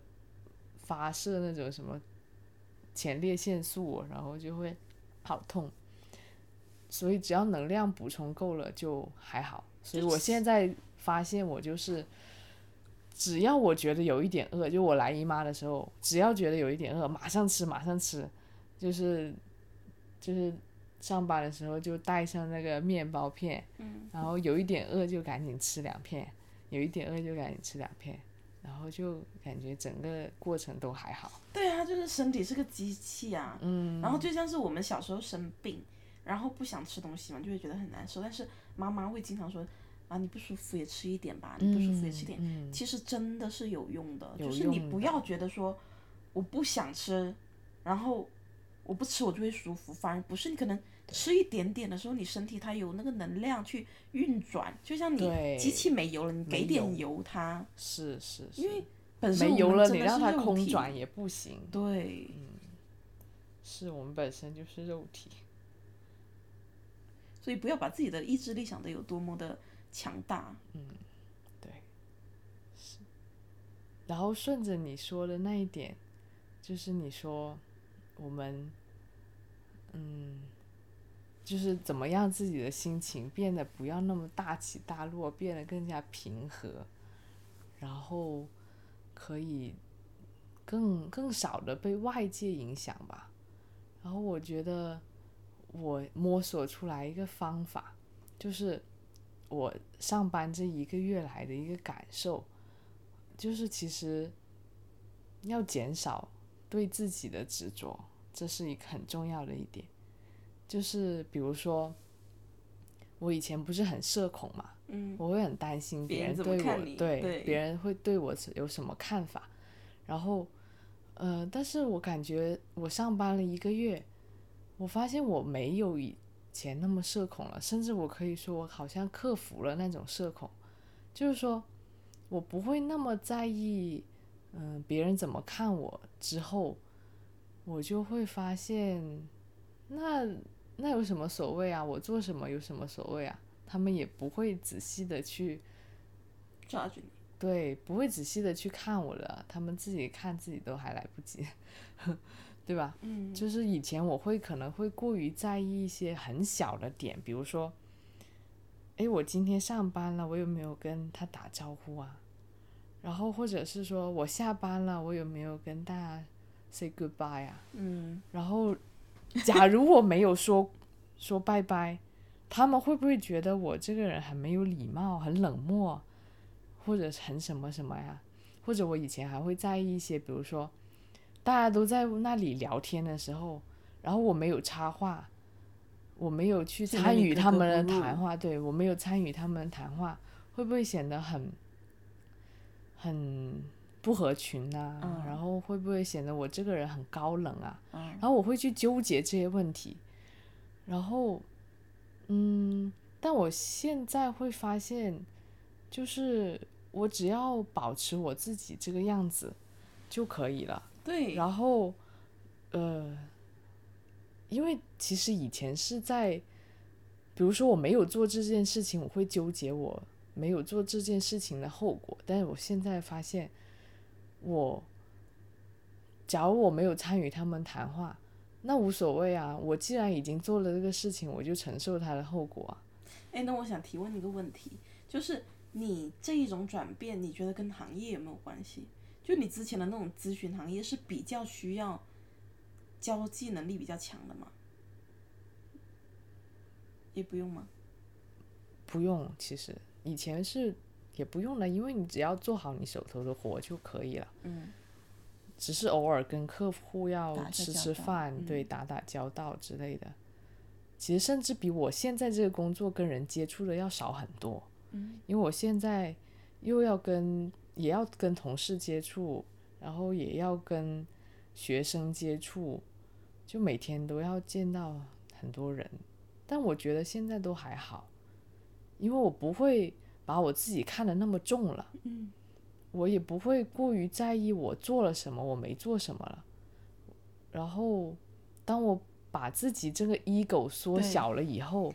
Speaker 1: 发射那种什么前列腺素，然后就会好痛。所以只要能量补充够了就还好。所以我现在发现我就是，只要我觉得有一点饿，就我来姨妈的时候，只要觉得有一点饿，马上吃，马上吃，就是就是上班的时候就带上那个面包片，
Speaker 2: 嗯，
Speaker 1: 然后有一点饿就赶紧吃两片，有一点饿就赶紧吃两片，然后就感觉整个过程都还好。
Speaker 2: 对啊，就是身体是个机器啊，嗯，然后就像是我们小时候生病，然后不想吃东西嘛，就会觉得很难受，但是妈妈会经常说。啊，你不舒服也吃一点吧，你不舒服也吃一点，
Speaker 1: 嗯
Speaker 2: 其实真的是有用的，
Speaker 1: 有
Speaker 2: 就是你
Speaker 1: 用
Speaker 2: 不
Speaker 1: 的
Speaker 2: 要觉得说我不想吃，然后我不吃我就会舒服，反而不是你可能吃一点点的时候，你身体它有那个能量去运转，就像你
Speaker 1: 对
Speaker 2: 机器没油了，你给
Speaker 1: 没
Speaker 2: 点油它，
Speaker 1: 是是
Speaker 2: 因为
Speaker 1: 是，
Speaker 2: 本身
Speaker 1: 没
Speaker 2: 我
Speaker 1: 油
Speaker 2: 们
Speaker 1: 了
Speaker 2: 真
Speaker 1: 你
Speaker 2: 的
Speaker 1: 让
Speaker 2: 是
Speaker 1: 它
Speaker 2: 肉
Speaker 1: 空
Speaker 2: 体
Speaker 1: 转也不行。
Speaker 2: 对，
Speaker 1: 是我们本身就是肉体。
Speaker 2: 所以不要把自己的意志力想得有多么的强大，
Speaker 1: 对，是。然后顺着你说的那一点，就是你说我们，嗯，就是怎么样自己的心情变得不要那么大起大落，变得更加平和，然后可以更更少的被外界影响吧。然后我觉得我摸索出来一个方法，就是我上班这一个月来的一个感受，就是其实要减少对自己的执着，这是一个很重要的一点。就是比如说，我以前不是很社恐嘛，
Speaker 2: 嗯，
Speaker 1: 我会很担心
Speaker 2: 别
Speaker 1: 别
Speaker 2: 人
Speaker 1: 人
Speaker 2: 怎
Speaker 1: 对
Speaker 2: 么看
Speaker 1: 我
Speaker 2: 你
Speaker 1: 对
Speaker 2: 对
Speaker 1: 别人会对我有什么看法，然后，呃，但是我感觉我上班了一个月，我发现我没有以前那么社恐了，甚至我可以说我好像克服了那种社恐，就是说我不会那么在意，嗯、别人怎么看我之后，我就会发现，那那有什么所谓啊？我做什么有什么所谓啊？他们也不会仔细的去
Speaker 2: 抓住你，
Speaker 1: 对，不会仔细的去看我的，他们自己看自己都还来不及， *laughs* 对吧？
Speaker 2: 嗯，
Speaker 1: 就是以前我会可能会过于在意一些很小的点，比如说，诶，我今天上班了，我有没有跟他打招呼啊？然后或者是说我下班了，我有没有跟大家 say goodbye 啊？
Speaker 2: 嗯，
Speaker 1: 然后，假如我没有说说拜拜，他们会不会觉得我这个人很没有礼貌、很冷漠，或者是很什么什么呀？或者我以前还会在意一些，比如说大家都在那里聊天的时候，然后我没有插话，我没有去
Speaker 2: 显得
Speaker 1: 参
Speaker 2: 你
Speaker 1: 与
Speaker 2: 格
Speaker 1: 他
Speaker 2: 格
Speaker 1: 们的
Speaker 2: 不入
Speaker 1: 谈话，对我没有参与他们的谈话，会不会显得很很不合群呐、
Speaker 2: 嗯
Speaker 1: 然后会不会显得我这个人很高冷啊？
Speaker 2: 啊，
Speaker 1: 然后我会去纠结这些问题，然后，嗯，但我现在会发现，就是我只要保持我自己这个样子就可以了。
Speaker 2: 对，
Speaker 1: 然后，呃，因为其实以前是在，比如说我没有做这件事情，我会纠结我没有做这件事情的后果。但是我现在发现，我假如我没有参与他们谈话，那无所谓啊。我既然已经做了这个事情，我就承受它的后果啊。
Speaker 2: 哎，那我想提问一个问题，就是你这一种转变，你觉得跟行业有没有关系？就你之前的那种咨询行业是比较需要交际能力比较强的吗？也不用吗？
Speaker 1: 不用，其实以前是也不用的，因为你只要做好你手头的活就可以了。
Speaker 2: 嗯，
Speaker 1: 只是偶尔跟客户要
Speaker 2: 打一下
Speaker 1: 吃
Speaker 2: 交
Speaker 1: 吃
Speaker 2: 道嗯
Speaker 1: 饭，对，打打交道之类的。其实甚至比我现在这个工作跟人接触的要少很多，
Speaker 2: 嗯，
Speaker 1: 因为我现在又要跟也要跟同事接触，然后也要跟学生接触，就每天都要见到很多人。但我觉得现在都还好，因为我不会把我自己看得那么重了。
Speaker 2: 嗯，
Speaker 1: 我也不会过于在意我做了什么，我没做什么了。然后，当我把自己这个 ego 缩
Speaker 2: 对
Speaker 1: 小了以后，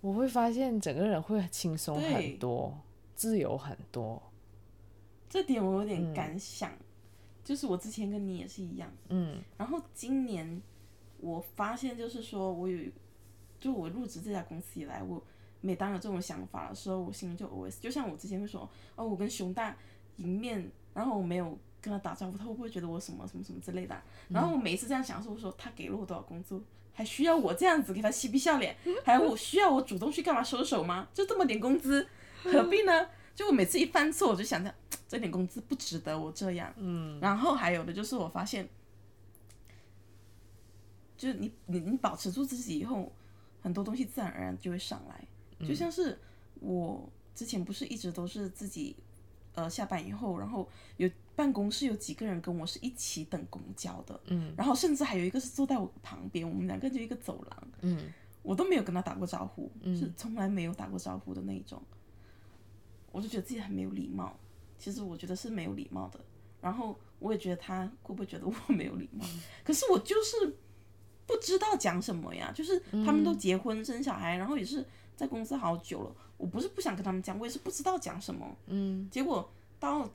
Speaker 1: 我会发现整个人会轻松
Speaker 2: 对
Speaker 1: 很多，自由很多。
Speaker 2: 这点我有点感想，就是我之前跟你也是一样。
Speaker 1: 嗯
Speaker 2: 然后今年我发现，就是说我有，就我入职这家公司以来，我每当有这种想法的时候，我心里就 always 就像我之前会说，哦，我跟熊大迎面，然后我没有跟他打招呼，他会不会觉得我什么什么什么之类的啊？然后我每一次这样想的时候，我说他给了我多少工作，还需要我这样子给他嬉皮笑脸，还有我需要我主动去干嘛收手吗？就这么点工资，何必呢？就我每次一犯错，我就想着嘖这点工资不值得我这样。嗯。然后还有的就是我发现，就是你你你保持住自己以后，很多东西自然而然就会上来。
Speaker 1: 嗯
Speaker 2: 就像是我之前不是一直都是自己，呃，下班以后，然后有办公室有几个人跟我是一起等公交的，
Speaker 1: 嗯，
Speaker 2: 然后甚至还有一个是坐在我旁边，我们两个就一个走廊，
Speaker 1: 嗯，
Speaker 2: 我都没有跟他打过招呼，是从来没有打过招呼的那一种。我就觉得自己很没有礼貌，其实我觉得是没有礼貌的。然后我也觉得他会不会觉得我没有礼貌？
Speaker 1: 嗯
Speaker 2: 可是我就是不知道讲什么呀。就是他们都结婚生小孩，然后也是在公司好久了，我不是不想跟他们讲，我也是不知道讲什么。
Speaker 1: 嗯
Speaker 2: 结果到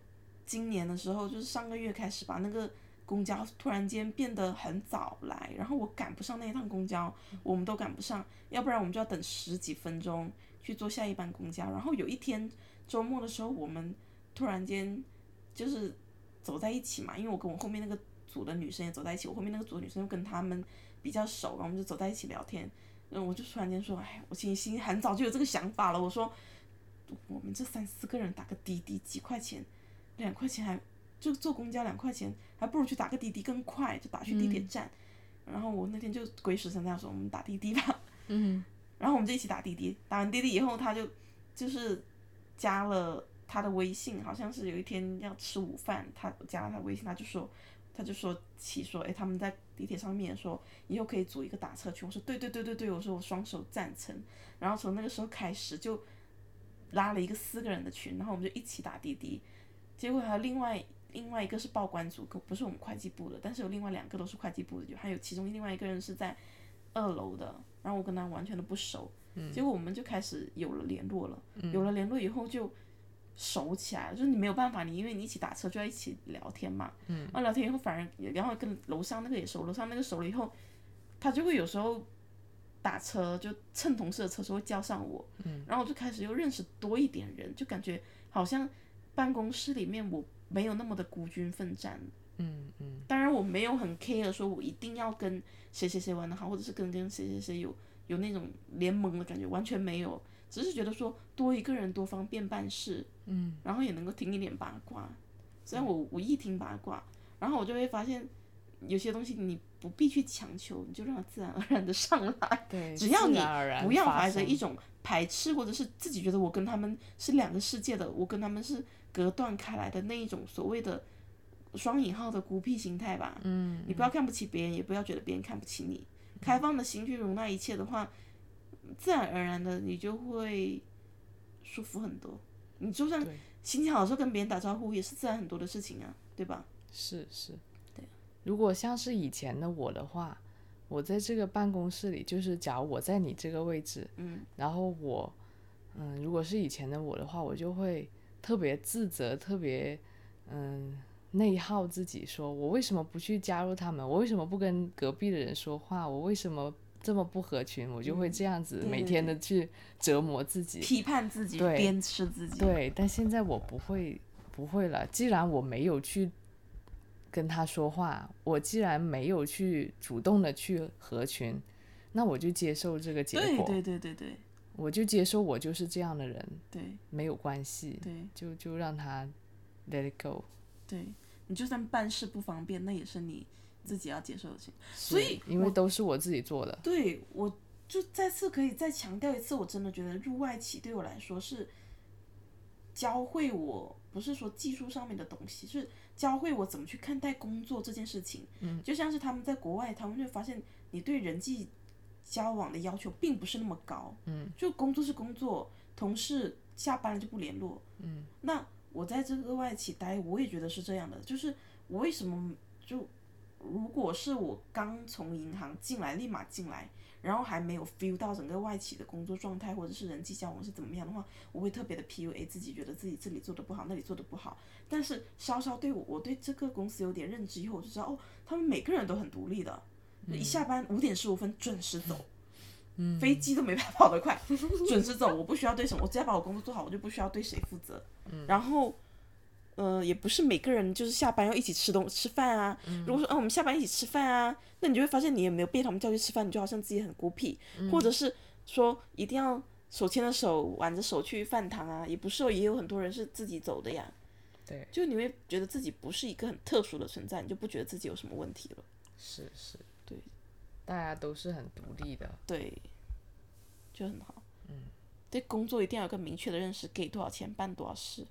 Speaker 2: 今年的时候，就是上个月开始吧，那个公交突然间变得很早来，然后我赶不上那一趟公交，我们都赶不上，要不然我们就要等十几分钟去坐下一班公交。然后有一天周末的时候，我们突然间就是走在一起嘛，因为我跟我后面那个组的女生也走在一起，我后面那个组的女生又跟她们比较熟，然后我们就走在一起聊天。然后我就突然间说，哎，我其实心里很早就有这个想法了。我说，我们这三四个人打个滴滴几块钱，两块钱还就坐公交两块钱，还不如去打个滴滴更快，就打去地铁站。然后我那天就鬼使神差说我们打滴滴吧，
Speaker 1: 嗯，
Speaker 2: 然后我们就一起打滴滴。打完滴滴以后，他就就是加了他的微信，好像是有一天要吃午饭，他加了他微信，他就说他就说起说，哎，他们在地铁上面说以后可以组一个打车群。我说对对对对对，我说我双手赞成。然后从那个时候开始就拉了一个四个人的群，然后我们就一起打滴滴。结果还有另外另外一个是报关组，不是我们会计部的，但是有另外两个都是会计部的，还有其中另外一个人是在二楼的，然后我跟他完全都不熟，结果我们就开始有了联络了，有了联络以后就熟起来了，就是你没有办法，你因为你一起打车就要一起聊天嘛，嗯，然后聊天以后反而然后跟楼上那个也熟，楼上那个熟了以后，他就会有时候。打车就蹭同事的车时候会叫上我，嗯、然后我就开始又认识多一点人，就感觉好像办公室里面我没有那么的孤军奋战。
Speaker 1: 嗯嗯
Speaker 2: 当然，我没有很 care 说我一定要跟谁谁谁玩的好，或者是跟跟谁谁谁有有那种联盟的感觉，完全没有。只是觉得说多一个人多方便办事，
Speaker 1: 嗯，
Speaker 2: 然后也能够听一点八卦。虽然我无意听八卦，然后我就会发现有些东西你不必去强求，你就让它自然而然的上来。
Speaker 1: 对，
Speaker 2: 啊只要
Speaker 1: 自
Speaker 2: 你
Speaker 1: 然而然
Speaker 2: 不要
Speaker 1: 发
Speaker 2: 怀着
Speaker 1: 生
Speaker 2: 一种排斥，或者是自己觉得我跟他们是两个世界的，我跟他们是隔断开来的那一种所谓的双引号的孤僻心态吧。嗯，你不要看不起别人，也不要觉得别人看不起你。
Speaker 1: 嗯
Speaker 2: 开放的心去容纳一切的话，自然而然的你就会舒服很多。你就算
Speaker 1: 对
Speaker 2: 心情好的时候跟别人打招呼，也是自然很多的事情啊，对吧？
Speaker 1: 是是，
Speaker 2: 对。
Speaker 1: 如果像是以前的我的话，我在这个办公室里，就是假如我在你这个位置，
Speaker 2: 嗯，
Speaker 1: 然后我，嗯，如果是以前的我的话，我就会特别自责，特别嗯内耗自己，说我为什么不去加入他们？我为什么不跟隔壁的人说话？我为什么这么不合群？我就会这样子
Speaker 2: 对
Speaker 1: 每
Speaker 2: 对
Speaker 1: 天
Speaker 2: 对
Speaker 1: 的去折磨自己。
Speaker 2: 批判自己，
Speaker 1: 对
Speaker 2: 鞭笞自己，
Speaker 1: 对，但现在我不会，不会了。既然我没有去跟他说话，我既然没有去主动的去合群，那我就接受这个结
Speaker 2: 对
Speaker 1: 果，
Speaker 2: 对对对对
Speaker 1: 我就接受我就是这样的人，
Speaker 2: 对
Speaker 1: 没有关系，
Speaker 2: 对。
Speaker 1: 就就让他 let it go。
Speaker 2: 对你就算办事不方便，那也是你自己要接受的事情。所
Speaker 1: 是
Speaker 2: 以
Speaker 1: 因为都是我自己做的，
Speaker 2: 对我就再次可以再强调一次，我真的觉得入外企对我来说是教会我，不是说技术上面的东西，是教会我怎么去看待工作这件事情。嗯，就像是他们在国外，他们会发现你对人际交往的要求并不是那么高。嗯，就工作是工作，同事下班了就不联络。嗯，那我在这个外企待，我也觉得是这样的，就是我为什么就。如果是我刚从银行进来，立马进来，然后还没有 feel 到整个外企的工作状态或者是人际交往是怎么样的话，我会特别的 PUA 自己，觉得自己这里做的不好，那里做的不好。但是稍稍对我我对这个公司有点认知以后，我就知道哦，他们每个人都很独立的，一下班五点十五分准时走。飞机都没办法跑得快，准时走。我不需要对什么，我只要把我工作做好，我就不需要对谁负责。然后，呃，也不是每个人就是下班要一起吃东吃饭啊。如果说，嗯、我们下班一起吃饭啊，那你就会发现你也没有被他们叫去吃饭，你就好像自己很孤僻，
Speaker 1: 嗯
Speaker 2: 或者是说一定要手牵着手挽着手去饭堂啊，也不是哦，也有很多人是自己走的呀。
Speaker 1: 对，
Speaker 2: 就你会觉得自己不是一个很特殊的存在，你就不觉得自己有什么问题了。
Speaker 1: 是是，
Speaker 2: 对，
Speaker 1: 大家都是很独立的，
Speaker 2: 对，就很好。嗯，对工作一定要有个明确的认识，给多少钱办多
Speaker 1: *laughs*
Speaker 2: 少事。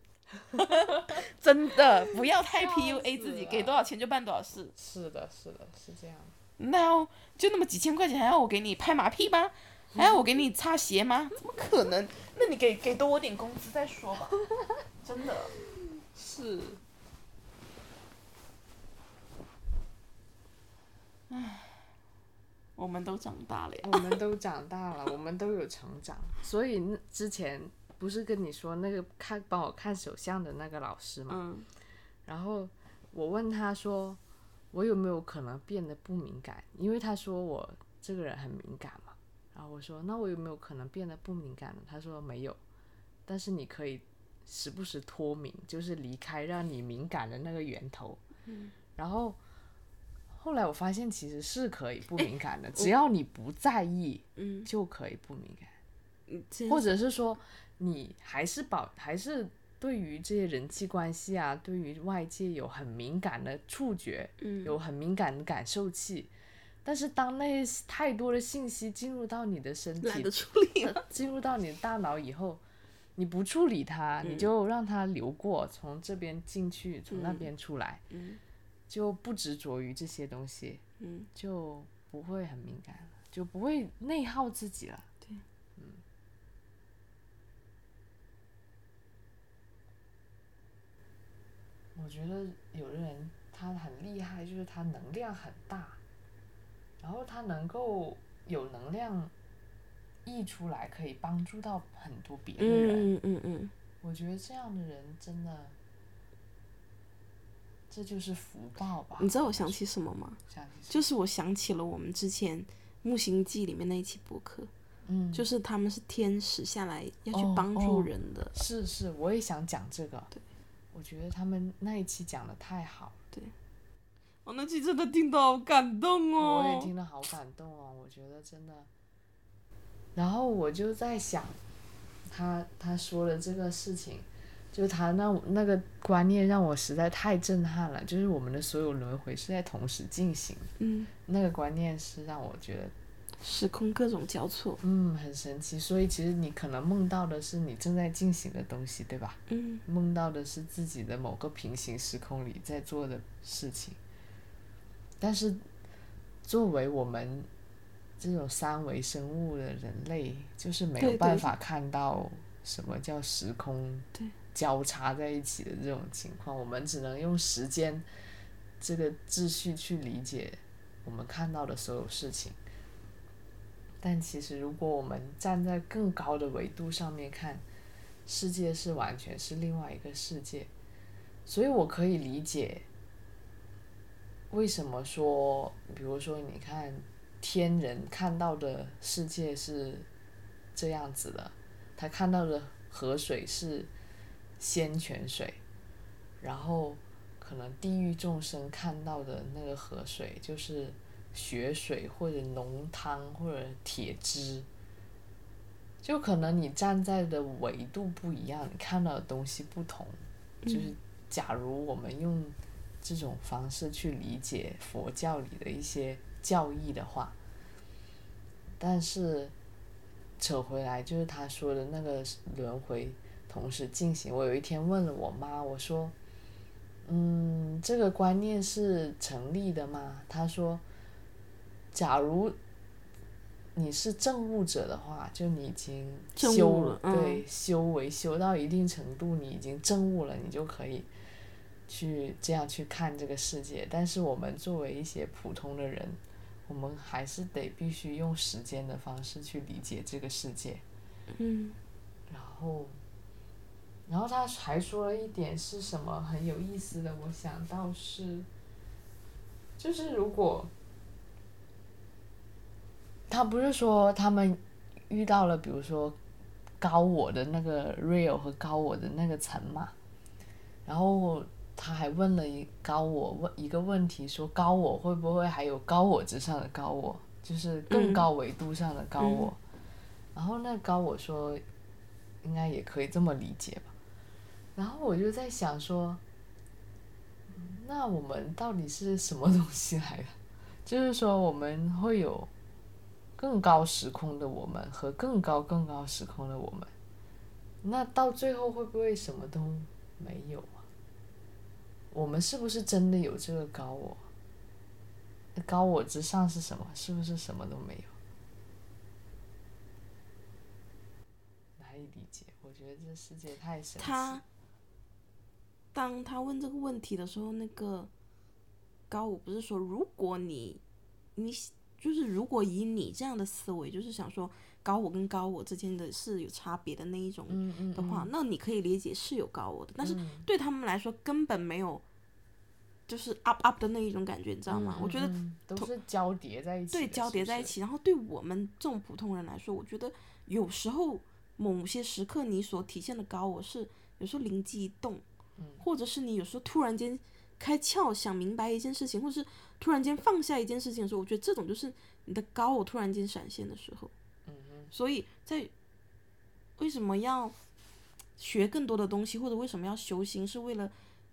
Speaker 2: 真的，不要太
Speaker 1: 笑
Speaker 2: PUA 自
Speaker 1: 死
Speaker 2: 己，
Speaker 1: 了
Speaker 2: 给多少钱就办多少事。
Speaker 1: 是的，是的，是这样的。
Speaker 2: 那要就那么几千块钱，还要我给你拍马屁吗？还要我给你擦鞋吗？怎么可能？那你给给多我点工资再说 *laughs* 吧。真的，
Speaker 1: 是。
Speaker 2: 我们都长大了呀。
Speaker 1: 我们都长大了，我们都有成长，所以那之前不是跟你说那个看帮我看手相的那个老师嘛，
Speaker 2: 嗯
Speaker 1: 然后我问他说，我有没有可能变得不敏感？因为他说我这个人很敏感嘛，然后我说那我有没有可能变得不敏感呢？他说没有，但是你可以时不时脱敏，就是离开让你敏感的那个源头，然后。后来我发现其实是可以不敏感的，只要你不在意，
Speaker 2: 嗯，
Speaker 1: 就可以不敏感，
Speaker 2: 这
Speaker 1: 或者是说你还是保还是对于这些人际关系啊，对于外界有很敏感的触觉，
Speaker 2: 嗯
Speaker 1: 有很敏感的感受器。但是当那些太多的信息进入到你的身体
Speaker 2: 懒得 *laughs* 处理了。
Speaker 1: 进入到你的大脑以后，你不处理它，
Speaker 2: 嗯
Speaker 1: 你就让它流过，从这边进去，从那边出来，
Speaker 2: 嗯
Speaker 1: 就不执着于这些东西，
Speaker 2: 嗯，
Speaker 1: 就不会很敏感了，就不会内耗自己了。嗯
Speaker 2: 对，
Speaker 1: 我觉得有的人他很厉害，就是他能量很大，然后他能够有能量溢出来，可以帮助到很多别的人。
Speaker 2: 嗯嗯嗯
Speaker 1: 我觉得这样的人真的，这就是福报吧。
Speaker 2: 你知道我想起什么吗？
Speaker 1: 想起是
Speaker 2: 就是我想起了我们之前《木星记》里面那一期播客，
Speaker 1: 嗯，
Speaker 2: 就是他们是天使下来要去
Speaker 1: 哦
Speaker 2: 帮助
Speaker 1: 哦
Speaker 2: 人的。
Speaker 1: 是是，我也想讲这个。
Speaker 2: 对，
Speaker 1: 我觉得他们那一期讲的太好了，
Speaker 2: 我、哦那期真的听得好感动哦
Speaker 1: 我也听得好感动哦。我觉得真的，然后我就在想，他他说的这个事情。就是他那那个观念让我实在太震撼了，就是我们的所有轮回是在同时进行，
Speaker 2: 嗯，
Speaker 1: 那个观念是让我觉得
Speaker 2: 时空各种交错。
Speaker 1: 嗯，很神奇。所以其实你可能梦到的是你正在进行的东西，对吧？
Speaker 2: 嗯，
Speaker 1: 梦到的是自己的某个平行时空里在做的事情。但是，作为我们这种三维生物的人类，就是没有
Speaker 2: 对对
Speaker 1: 办法看到什么叫时空
Speaker 2: 对
Speaker 1: 交叉在一起的这种情况，我们只能用时间这个秩序去理解我们看到的所有事情。但其实，如果我们站在更高的维度上面看，世界是完全是另外一个世界，所以我可以理解为什么说，比如说你看天人看到的世界是这样子的，他看到的河水是仙泉水，然后可能地狱众生看到的那个河水就是血水或者浓汤或者铁汁，就可能你站在的维度不一样，你看到的东西不同。
Speaker 2: 嗯
Speaker 1: 就是假如我们用这种方式去理解佛教里的一些教义的话，但是扯回来，就是他说的那个轮回同时进行。我有一天问了我妈，我说：“嗯，这个观念是成立的吗？”她说：“假如你是证悟者的话，就你已经
Speaker 2: 证悟
Speaker 1: 修
Speaker 2: 了嗯
Speaker 1: 对，修为修到一定程度，你已经证悟了，你就可以去这样去看这个世界。但是我们作为一些普通的人，我们还是得必须用时间的方式去理解这个世界。
Speaker 2: 嗯
Speaker 1: 然后，然后他还说了一点是什么很有意思的，我想到是，就是如果他不是说他们遇到了，比如说高我的那个 real 和高我的那个层嘛，然后他还问了一高我问一个问题，说高我会不会还有高我之上的高我，就是更
Speaker 2: 嗯
Speaker 1: 高维度上的高我，然后那高我说应该也可以这么理解吧。然后我就在想说，嗯那我们到底是什么东西来的？就是说我们会有更高时空的我们和更高更高时空的我们，那到最后会不会什么都没有啊？我们是不是真的有这个高我？那高我之上是什么？是不是什么都没有？难以理解，我觉得这世界太神奇了。
Speaker 2: 他当他问这个问题的时候，那个高我不是说，如果你你就是如果以你这样的思维，就是想说高我跟高我之间的是有差别的那一种
Speaker 1: 嗯嗯
Speaker 2: 的话，那你可以理解是有高我的，但是
Speaker 1: 嗯
Speaker 2: 对他们来说根本没有就是 up up 的那一种感觉，你知道吗？
Speaker 1: 嗯
Speaker 2: 我觉得
Speaker 1: 嗯嗯都是交叠在一起的，
Speaker 2: 对交叠在一
Speaker 1: 起。
Speaker 2: 起，然后对我们这种普通人来说，我觉得有时候某些时刻你所体现的高我是有时候灵机一动，
Speaker 1: 嗯
Speaker 2: 或者是你有时候突然间开窍想明白一件事情，或是突然间放下一件事情的时候，我觉得这种就是你的高我突然间闪现的时候。
Speaker 1: 嗯嗯
Speaker 2: 所以在为什么要学更多的东西，或者为什么要修心，是为了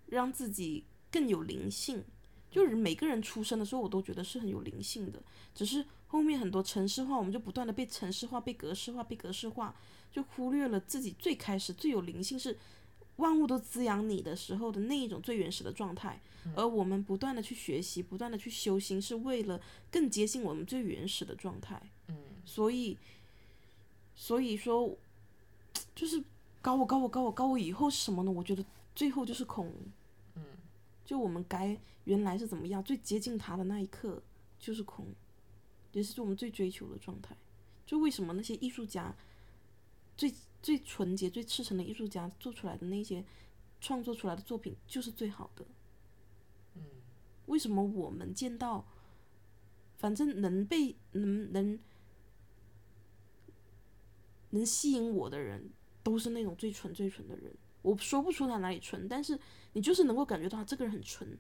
Speaker 2: 让自己更有灵性。就是每个人出生的时候，我都觉得是很有灵性的，只是后面很多城市化，我们就不断的被城市化、被格式化、被格式化，就忽略了自己最开始最有灵性是万物都滋养你的时候的那一种最原始的状态。而我们不断的去学习，不断的去修心，是为了更接近我们最原始的状态。嗯，所以，所以说，就是高我高我高我高我以后是什么呢？我觉得最后就是空。嗯，就我们该原来是怎么样，最接近它的那一刻就是空，也是我们最追求的状态。就为什么那些艺术家最最纯洁、最赤诚的艺术家做出来的那些创作出来的作品就是最好的？为什么我们见到，反正能被能能能吸引我的人，都是那种最纯最纯的人。我说不出他哪里纯，但是你就是能够感觉到他这个人很纯。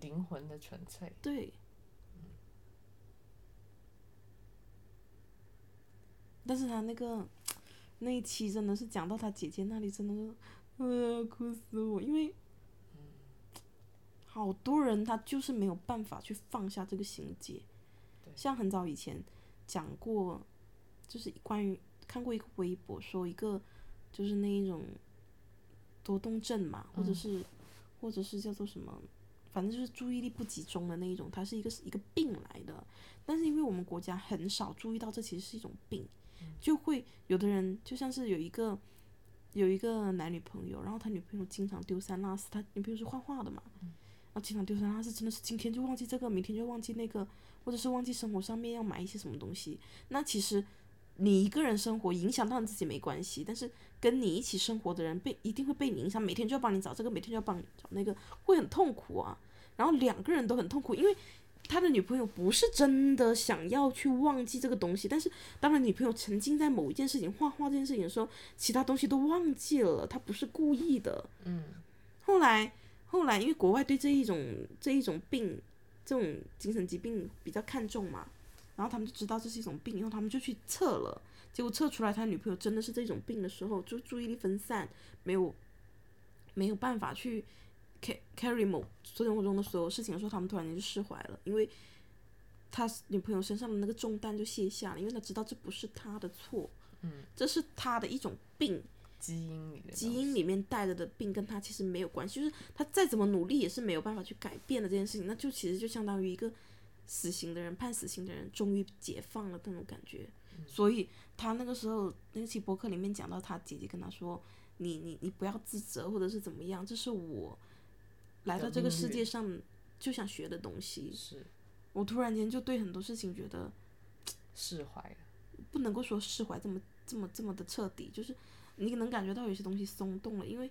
Speaker 1: 灵魂的纯粹，
Speaker 2: 对。但是他那个那一期真的是讲到他姐姐那里，真的是，呃，哭死我！因为好多人他就是没有办法去放下这个心结。
Speaker 1: 对
Speaker 2: 像很早以前讲过，就是关于看过一个微博，说一个就是那一种多动症嘛，或者是、或者是叫做什么，反正就是注意力不集中的那一种，它是一个一个病来的。但是因为我们国家很少注意到这其实是一种病，就会有的人就像是有一个有一个男女朋友，然后他女朋友经常丢三落四，他女朋友是画画的嘛，然后经常丢三落四，真的是今天就忘记这个，明天就忘记那个，或者是忘记生活上面要买一些什么东西。那其实你一个人生活影响到你自己没关系，但是跟你一起生活的人被一定会被你影响，每天就要帮你找这个，每天就要帮你找那个，会很痛苦啊。然后两个人都很痛苦，因为他的女朋友不是真的想要去忘记这个东西，但是当他女朋友沉浸在某一件事情、画画这件事情的时候，其他东西都忘记了，他不是故意的。嗯。后来，后来因为国外对这一种这一种病，这种精神疾病比较看重嘛，然后他们就知道这是一种病，然后他们就去测了，结果测出来他女朋友真的是这种病的时候，就注意力分散，没有没有办法去 ca- carry 某生活中的所有事情的时候，他们突然间就释怀了，因为他女朋友身上的那个重担就卸下了，因为他知道这不是他的错，嗯，这是他的一种病，
Speaker 1: 基因里的
Speaker 2: 基因里面带着的病跟他其实没有关系，就是他再怎么努力也是没有办法去改变的这件事情，那就其实就相当于一个死刑的人判死刑的人终于解放了那种感觉，
Speaker 1: 嗯
Speaker 2: 所以他那个时候那期博客里面讲到他姐姐跟他说，你你你不要自责或者是怎么样，这是我来
Speaker 1: 的
Speaker 2: 到这个
Speaker 1: 命
Speaker 2: 世
Speaker 1: 运
Speaker 2: 界上就想学的东西，
Speaker 1: 是
Speaker 2: 我突然间就对很多事情觉得
Speaker 1: 释怀了，
Speaker 2: 不能够说释怀这么这么这么的彻底，就是你能感觉到有些东西松动了，因为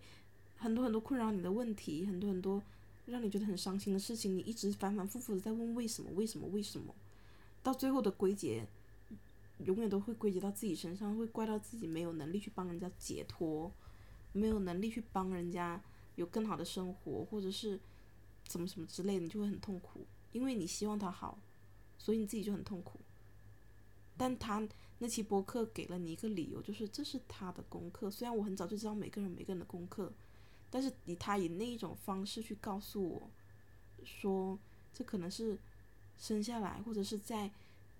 Speaker 2: 很多很多困扰你的问题，很多很多让你觉得很伤心的事情，你一直反反复复的在问为什么为什么为什么，到最后的归结，永远都会归结到自己身上，会怪到自己没有能力去帮人家解脱，没有能力去帮人家有更好的生活，或者是怎么什么之类的，你就会很痛苦，因为你希望他好，所以你自己就很痛苦。但他那期播客给了你一个理由，就是这是他的功课。虽然我很早就知道每个人每个人的功课，但是以他以那一种方式去告诉我，说这可能是生下来或者是在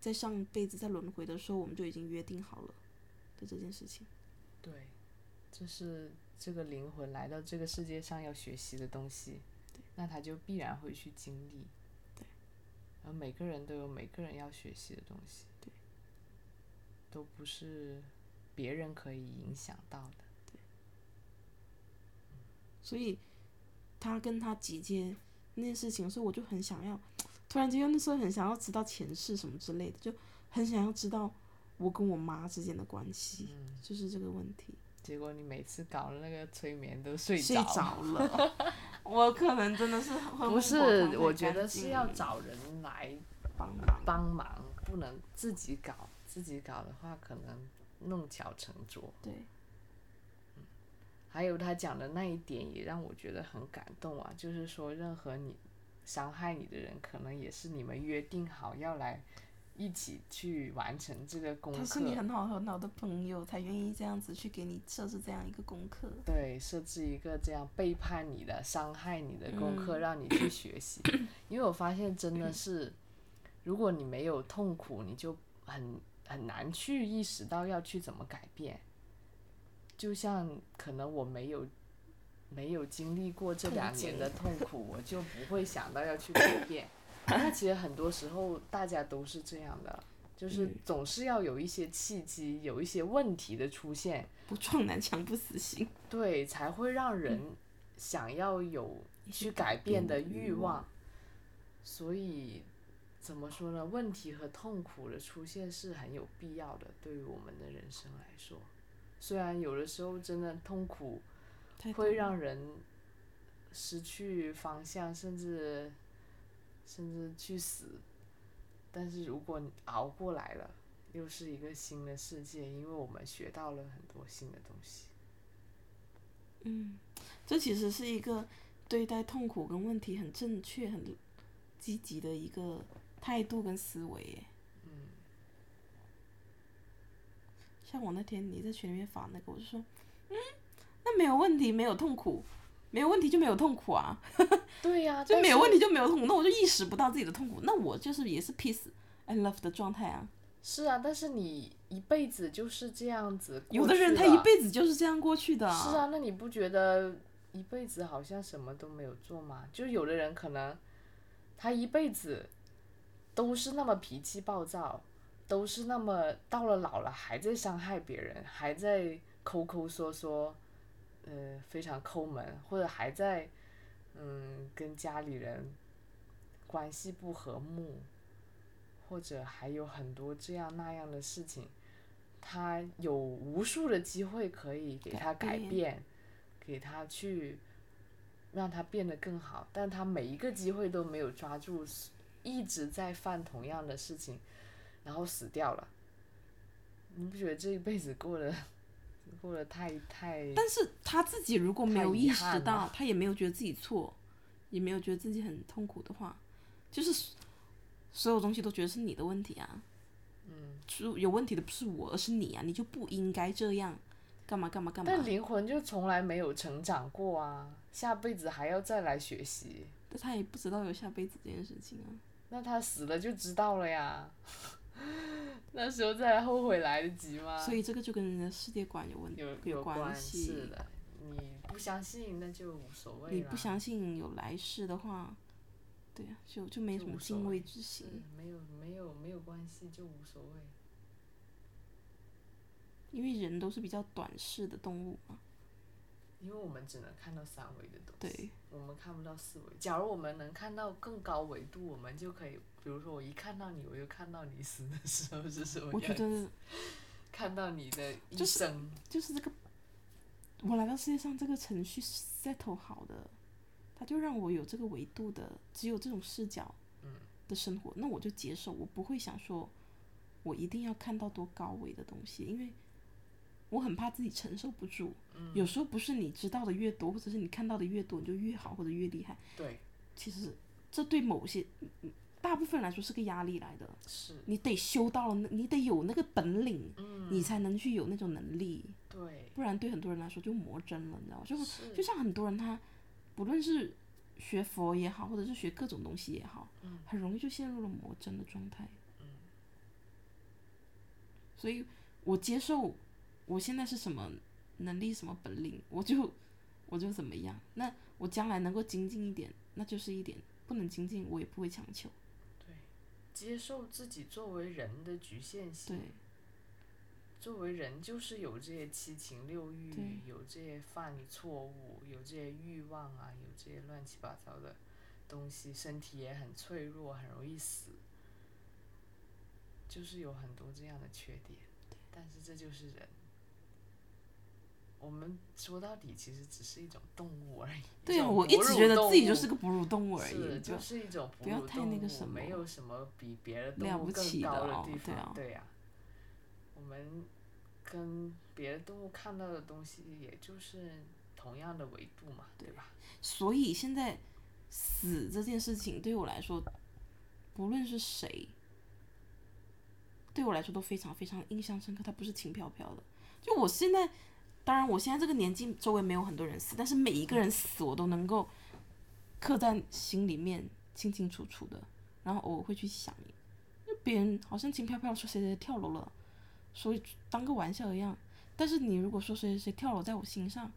Speaker 2: 在上辈子在轮回的时候，我们就已经约定好了的这件事情。
Speaker 1: 对，这是这个灵魂来到这个世界上要学习的东西，那他就必然会去经历，
Speaker 2: 对，
Speaker 1: 而每个人都有每个人要学习的东西，
Speaker 2: 对，
Speaker 1: 都不是别人可以影响到的，
Speaker 2: 所以他跟他姐姐那件事情的时候，我就很想要，突然间那时候很想要知道前世什么之类的，就很想要知道我跟我妈之间的关系，就是这个问题。
Speaker 1: 结果你每次搞了那个催眠都睡
Speaker 2: 睡
Speaker 1: 着 *laughs*
Speaker 2: 着了，我可能真的是很
Speaker 1: 不是，我觉得是
Speaker 2: 嗯
Speaker 1: 要找人来
Speaker 2: 帮忙。
Speaker 1: 帮忙，不能自己搞。自己搞的话，可能弄巧成拙。
Speaker 2: 对，
Speaker 1: 还有他讲的那一点也让我觉得很感动啊，就是说任何你伤害你的人，可能也是你们约定好要来一起去完成这个功
Speaker 2: 他是你
Speaker 1: 课，
Speaker 2: 很好很好的朋友，才愿意这样子去给你设置这样一个功课。
Speaker 1: 对，设置一个这样背叛你的、伤害你的功课，
Speaker 2: 嗯
Speaker 1: 让你去学习。因为我发现真的是，如果你没有痛苦，你就很很难去意识到要去怎么改变。就像可能我没有没有经历过这
Speaker 2: 痛
Speaker 1: 两
Speaker 2: 经
Speaker 1: 年的痛苦，我就不会想到要去改变。那其实很多时候大家都是这样的，就是总是要有一些契机，有一些问题的出现，
Speaker 2: 不撞南墙不死心。
Speaker 1: 对，才会让人想要有去嗯改变的欲望。所以，怎么说呢？问题和痛苦的出现是很有必要的，对于我们的人生来说。虽然有的时候真的痛苦
Speaker 2: 太
Speaker 1: 会
Speaker 2: 懂
Speaker 1: 让人失去方向，甚至甚至去死，但是如果你熬过来了，又是一个新的世界，因为我们学到了很多新的东西。
Speaker 2: 嗯，这其实是一个对待痛苦跟问题很正确、很积极的一个态度跟思维耶。
Speaker 1: 嗯。
Speaker 2: 像我那天你在群里面发那个，我就说，嗯，那没有问题，没有痛苦，没有问题就没有痛苦啊，
Speaker 1: 对呀、
Speaker 2: 就
Speaker 1: 但
Speaker 2: 没有
Speaker 1: 是
Speaker 2: 问题就没有痛苦，那我就意识不到自己的痛苦，那我就是也是 peace and love 的状态啊。
Speaker 1: 是啊，但是你一辈子就是这样子过
Speaker 2: 有的人
Speaker 1: 去
Speaker 2: 他
Speaker 1: 了
Speaker 2: 一辈子就是这样过去的、
Speaker 1: 是，啊，那你不觉得一辈子好像什么都没有做吗？就有的人可能他一辈子都是那么脾气暴躁，都是那么到了老了还在伤害别人，还在抠抠缩缩，呃，非常抠门，或者还在嗯跟家里人关系不和睦，或者还有很多这样那样的事情。他有无数的机会可以给他改
Speaker 2: 改变
Speaker 1: 变，给他去让他变得更好，但他每一个机会都没有抓住，一直在犯同样的事情，然后死掉了。你不觉得这一辈子过得 *laughs* 过得太太？
Speaker 2: 但是他自己如果没
Speaker 1: 太
Speaker 2: 有
Speaker 1: 遗
Speaker 2: 意识
Speaker 1: 憾
Speaker 2: 到
Speaker 1: 了，
Speaker 2: 他也没有觉得自己错，也没有觉得自己很痛苦的话，就是所所有东西都觉得是你的问题啊。
Speaker 1: 嗯，
Speaker 2: 是有问题的不是我，而是你啊！你就不应该这样，干嘛干嘛干嘛。
Speaker 1: 但灵魂就从来没有成长过啊，下辈子还要再来学习，
Speaker 2: 但他也不知道有下辈子这件事情啊。
Speaker 1: 那他死了就知道了呀。 *laughs* 那时候再来后悔来得及吗？
Speaker 2: 所以这个就跟人的世界观有问
Speaker 1: 有
Speaker 2: 有
Speaker 1: 关
Speaker 2: 系。
Speaker 1: 是的，你不相信那就无所谓
Speaker 2: 你
Speaker 1: 啦
Speaker 2: 不相信有来世的话，对啊，就就没
Speaker 1: 就
Speaker 2: 什么
Speaker 1: 无所
Speaker 2: 敬
Speaker 1: 谓
Speaker 2: 畏之心。
Speaker 1: 嗯没有没有没有关系就无所谓。
Speaker 2: 因为人都是比较短视的动物嘛，
Speaker 1: 因为我们只能看到三维的东西，
Speaker 2: 对，
Speaker 1: 我们看不到四维。假如我们能看到更高维度，我们就可以，比如说我一看到你，我就看到你死的时候是什么
Speaker 2: 我
Speaker 1: 样，
Speaker 2: 觉得
Speaker 1: 看到你的一
Speaker 2: 就是
Speaker 1: 生。
Speaker 2: 就是这个，我来到世界上这个程序 settle 好的，它就让我有这个维度的，只有这种视角
Speaker 1: 嗯
Speaker 2: 的生活，那我就接受，我不会想说我一定要看到多高维的东西，因为我很怕自己承受不住。
Speaker 1: 嗯
Speaker 2: 有时候不是你知道的越多，或者是你看到的越多，你就越好或者越厉害，
Speaker 1: 对，
Speaker 2: 其实这对某些嗯嗯大部分人来说是个压力来的。
Speaker 1: 是，
Speaker 2: 你得修到了那，你得有那个本领，
Speaker 1: 嗯，
Speaker 2: 你才能去有那种能力，
Speaker 1: 对，
Speaker 2: 不然对很多人来说就魔怔了，你知道吗？就是就像很多人他，不论是学佛也好，或者是学各种东西也好，
Speaker 1: 嗯
Speaker 2: 很容易就陷入了魔怔的状态。
Speaker 1: 嗯
Speaker 2: 所以我接受我现在是什么能力、什么本领，我就我就怎么样。那我将来能够精进一点，那就是一点；不能精进，我也不会强求。
Speaker 1: 对，接受自己作为人的局限性。
Speaker 2: 对，
Speaker 1: 作为人，就是有这些七情六欲，
Speaker 2: 对
Speaker 1: 有这些犯错误，有这些欲望啊，有这些乱七八糟的东西，身体也很脆弱，很容易死，就是有很多这样的缺点。但是这就是人。我们说到底，其实只是一种动物而已。
Speaker 2: 对啊，
Speaker 1: 种
Speaker 2: 我一
Speaker 1: 哺
Speaker 2: 直
Speaker 1: 乳
Speaker 2: 觉得自己
Speaker 1: 动
Speaker 2: 就
Speaker 1: 物
Speaker 2: 是个哺乳动物而
Speaker 1: 是
Speaker 2: 已，
Speaker 1: 就
Speaker 2: 就是
Speaker 1: 一种哺
Speaker 2: 不要
Speaker 1: 乳
Speaker 2: 太
Speaker 1: 动
Speaker 2: 那个
Speaker 1: 物
Speaker 2: 什
Speaker 1: 没
Speaker 2: 么
Speaker 1: 有什么比别的
Speaker 2: 了
Speaker 1: 动物
Speaker 2: 不
Speaker 1: 更
Speaker 2: 起
Speaker 1: 高
Speaker 2: 的
Speaker 1: 的
Speaker 2: 哦
Speaker 1: 地
Speaker 2: 对
Speaker 1: 方。
Speaker 2: 啊
Speaker 1: 呀、我们跟别的动物看到的东西，也就是同样的维度嘛，对吧？
Speaker 2: 所以现在死这件事情对我来说，不论是谁，对我来说都非常非常印象深刻，它不是轻飘飘的。就我现在，当然我现在这个年纪，周围没有很多人死，但是每一个人死我都能够刻在心里面，清清楚楚的。然后偶尔会去想，就别人好像轻飘飘说谁谁谁跳楼了，所以当个玩笑一样。但是你如果说谁谁谁跳楼在我心上，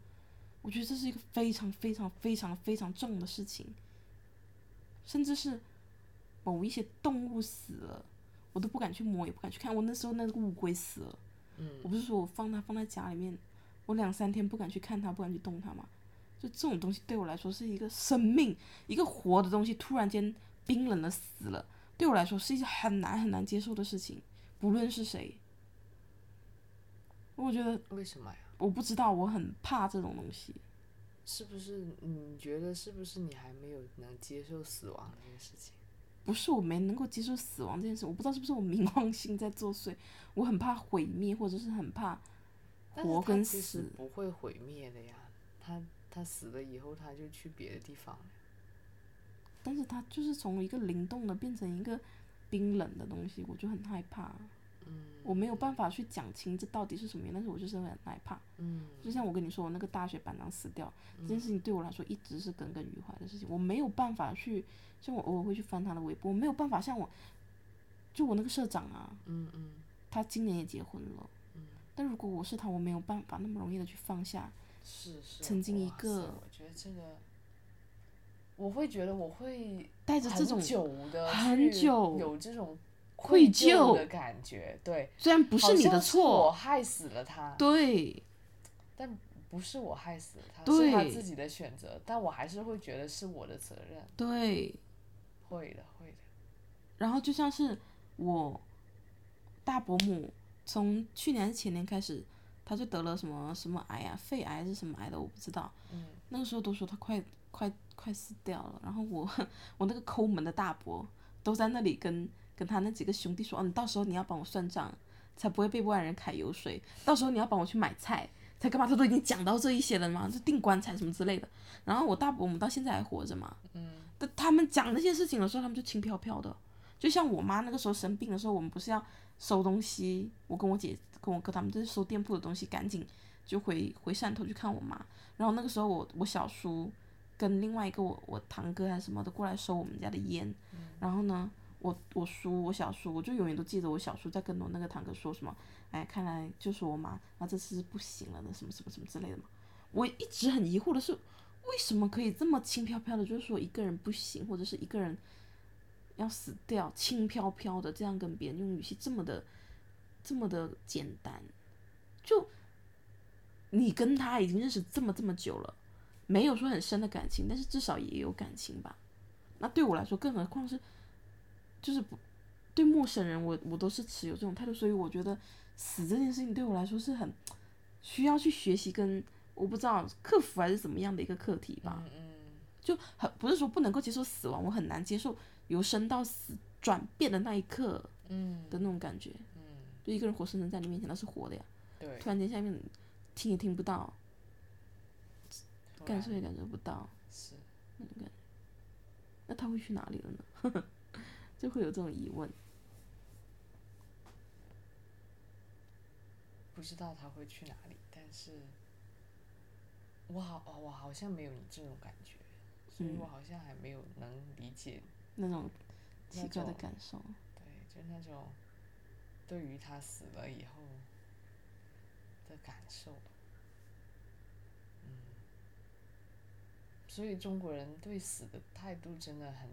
Speaker 2: 我觉得这是一个非常非常非常非常重的事情，甚至是某一些动物死了，我都不敢去摸，也不敢去看。我那时候那个乌龟死了，嗯，我不是说我放它放在家里面，我两三天不敢去看它，不敢去动它嘛。就这种东西对我来说是一个生命，一个活的东西突然间冰冷的死了，对我来说是一件很难很难接受的事情，不论是谁。我觉得
Speaker 1: 为什么呀？
Speaker 2: 我不知道，我很怕这种东西。
Speaker 1: 是不是你觉得是不是你还没有能接受死亡这件事情？
Speaker 2: 不是我没能够接受死亡这件事，我不知道是不是我冥王星在作祟，我很怕毁灭，或者是很怕
Speaker 1: 但是
Speaker 2: 活
Speaker 1: 它
Speaker 2: 跟
Speaker 1: 其实
Speaker 2: 死
Speaker 1: 不会毁灭的呀，他他死了以后他就去别的地方了。
Speaker 2: 但是它就是从一个灵动的变成一个冰冷的东西，我就很害怕。我没有办法去讲清这到底是什么原因，但是我就是会很害怕。
Speaker 1: 嗯
Speaker 2: 就像我跟你说，我那个大学班长死掉这件事情，对我来说一直是耿耿于怀的事情。我没有办法去，像我偶尔会去翻他的微博，我没有办法像我，就我那个社长啊，
Speaker 1: 嗯嗯，
Speaker 2: 他今年也结婚了，但如果我是他，我没有办法那么容易的去放下。
Speaker 1: 是是。
Speaker 2: 曾经一
Speaker 1: 哇塞
Speaker 2: 个
Speaker 1: 我觉得这个，我会觉得我会
Speaker 2: 带着这种
Speaker 1: 很久的
Speaker 2: 很
Speaker 1: 去
Speaker 2: 久
Speaker 1: 有这种
Speaker 2: 愧
Speaker 1: 疚
Speaker 2: 疚
Speaker 1: 的感觉，对，
Speaker 2: 虽然不
Speaker 1: 好
Speaker 2: 是你
Speaker 1: 像
Speaker 2: 的
Speaker 1: 我
Speaker 2: 错，
Speaker 1: 害死了他，
Speaker 2: 对
Speaker 1: 但不是我害死了他，是他
Speaker 2: 对
Speaker 1: 自己的选择，但我还是会觉得是我的责任，
Speaker 2: 对。
Speaker 1: 会的会的，
Speaker 2: 然后就像是我大伯母，从去年还是前年开始，她就得了什么什么癌啊，肺癌还是什么癌的，我不知道。
Speaker 1: 嗯
Speaker 2: 那个时候都说她快快快死掉了，然后我 *laughs* 我那个抠门的大伯都在那里跟跟他那几个兄弟说，哦，你到时候你要帮我算账，才不会被外人揩油水，到时候你要帮我去买菜。才干嘛？他都已经讲到这一些了嘛，就订棺材什么之类的。然后我大伯母到现在还活着嘛，
Speaker 1: 嗯
Speaker 2: 但他们讲那些事情的时候，他们就轻飘飘的。就像我妈那个时候生病的时候，我们不是要收东西，我跟我姐跟我哥他们就是收店铺的东西，赶紧就回回汕头去看我妈。然后那个时候我我小叔跟另外一个我我堂哥还是什么的过来收我们家的烟，然后呢。我我叔我小叔，我就永远都记得我小叔在跟我那个堂哥说什么，哎，看来就是我妈，啊，这次是不行了的，什么什么什么之类的嘛。我一直很疑惑的是，为什么可以这么轻飘飘的，就是说一个人不行，或者是一个人要死掉，轻飘飘的这样跟别人用语气这么的，这么的简单，就你跟他已经认识这么这么久了，没有说很深的感情，但是至少也有感情吧。那对我来说，更何况是就是不对陌生人我，我都是持有这种态度，所以我觉得死这件事情对我来说是很需要去学习跟我不知道克服还是怎么样的一个课题吧。
Speaker 1: 嗯嗯，
Speaker 2: 就很不是说不能够接受死亡，我很难接受由生到死转变的那一刻
Speaker 1: 嗯
Speaker 2: 的那种感觉。
Speaker 1: 嗯，
Speaker 2: 就一个人活生生在你面前，那是活的呀，
Speaker 1: 对，
Speaker 2: 突然间下面听也听不到，
Speaker 1: 突
Speaker 2: 感
Speaker 1: 然
Speaker 2: 受也感受不到，
Speaker 1: 是
Speaker 2: 那种感觉。那他会去哪里了呢？ *laughs* 就会有这种疑问。
Speaker 1: 不知道他会去哪里，但是我好哦我好像没有你这种感觉，所以
Speaker 2: 嗯
Speaker 1: 我好像还没有能理解，
Speaker 2: 那种
Speaker 1: 那
Speaker 2: 奇怪的
Speaker 1: 种
Speaker 2: 感受，
Speaker 1: 对，就那种对于他死了以后的感受，嗯，所以中国人对死的态度真的很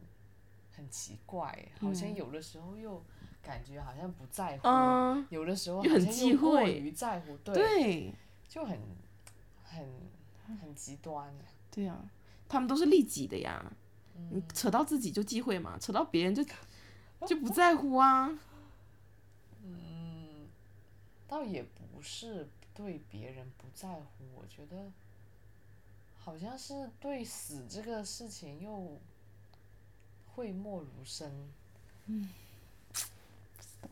Speaker 1: 很奇怪，好像
Speaker 2: 嗯
Speaker 1: 有的时候又感觉好像不在乎，
Speaker 2: 嗯，
Speaker 1: 有的时候好
Speaker 2: 又很
Speaker 1: 像
Speaker 2: 忌
Speaker 1: 又过
Speaker 2: 讳
Speaker 1: 于在乎，对。
Speaker 2: 对，
Speaker 1: 就很很很极端。
Speaker 2: 对啊，他们都是利己的呀，
Speaker 1: 嗯
Speaker 2: 你扯到自己就忌讳嘛，扯到
Speaker 1: *laughs*
Speaker 2: 别人就就不在乎啊，
Speaker 1: 嗯，倒也不是对别人不在乎，我觉得好像是对死这个事情又讳莫如深。嗯，不知道。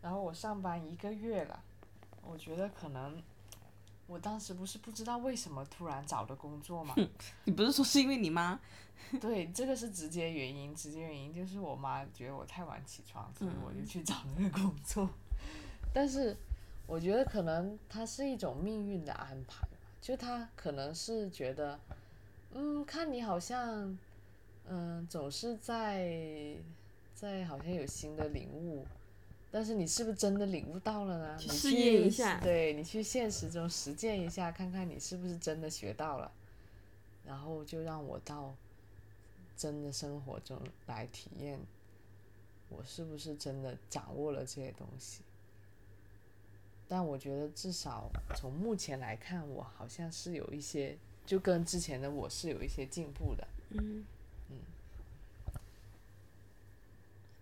Speaker 1: 然后我上班一个月了，我觉得可能我当时不是不知道为什么突然找的工作嘛，
Speaker 2: 你不是说是因为你妈？
Speaker 1: *laughs* 对，这个是直接原因，直接原因就是我妈觉得我太晚起床，所以我就去找那个工作。但是我觉得可能它是一种命运的安排吧，就她可能是觉得，嗯，看你好像，嗯、总是在在好像有新的领悟。但是你是不是真的领悟到了呢？
Speaker 2: 去
Speaker 1: 你
Speaker 2: 试
Speaker 1: 去
Speaker 2: 验一下
Speaker 1: 对你去现实中实践一下，看看你是不是真的学到了，然后就让我到真的生活中来体验，我是不是真的掌握了这些东西？但我觉得至少从目前来看，我好像是有一些，就跟之前的我是有一些进步的。
Speaker 2: 嗯，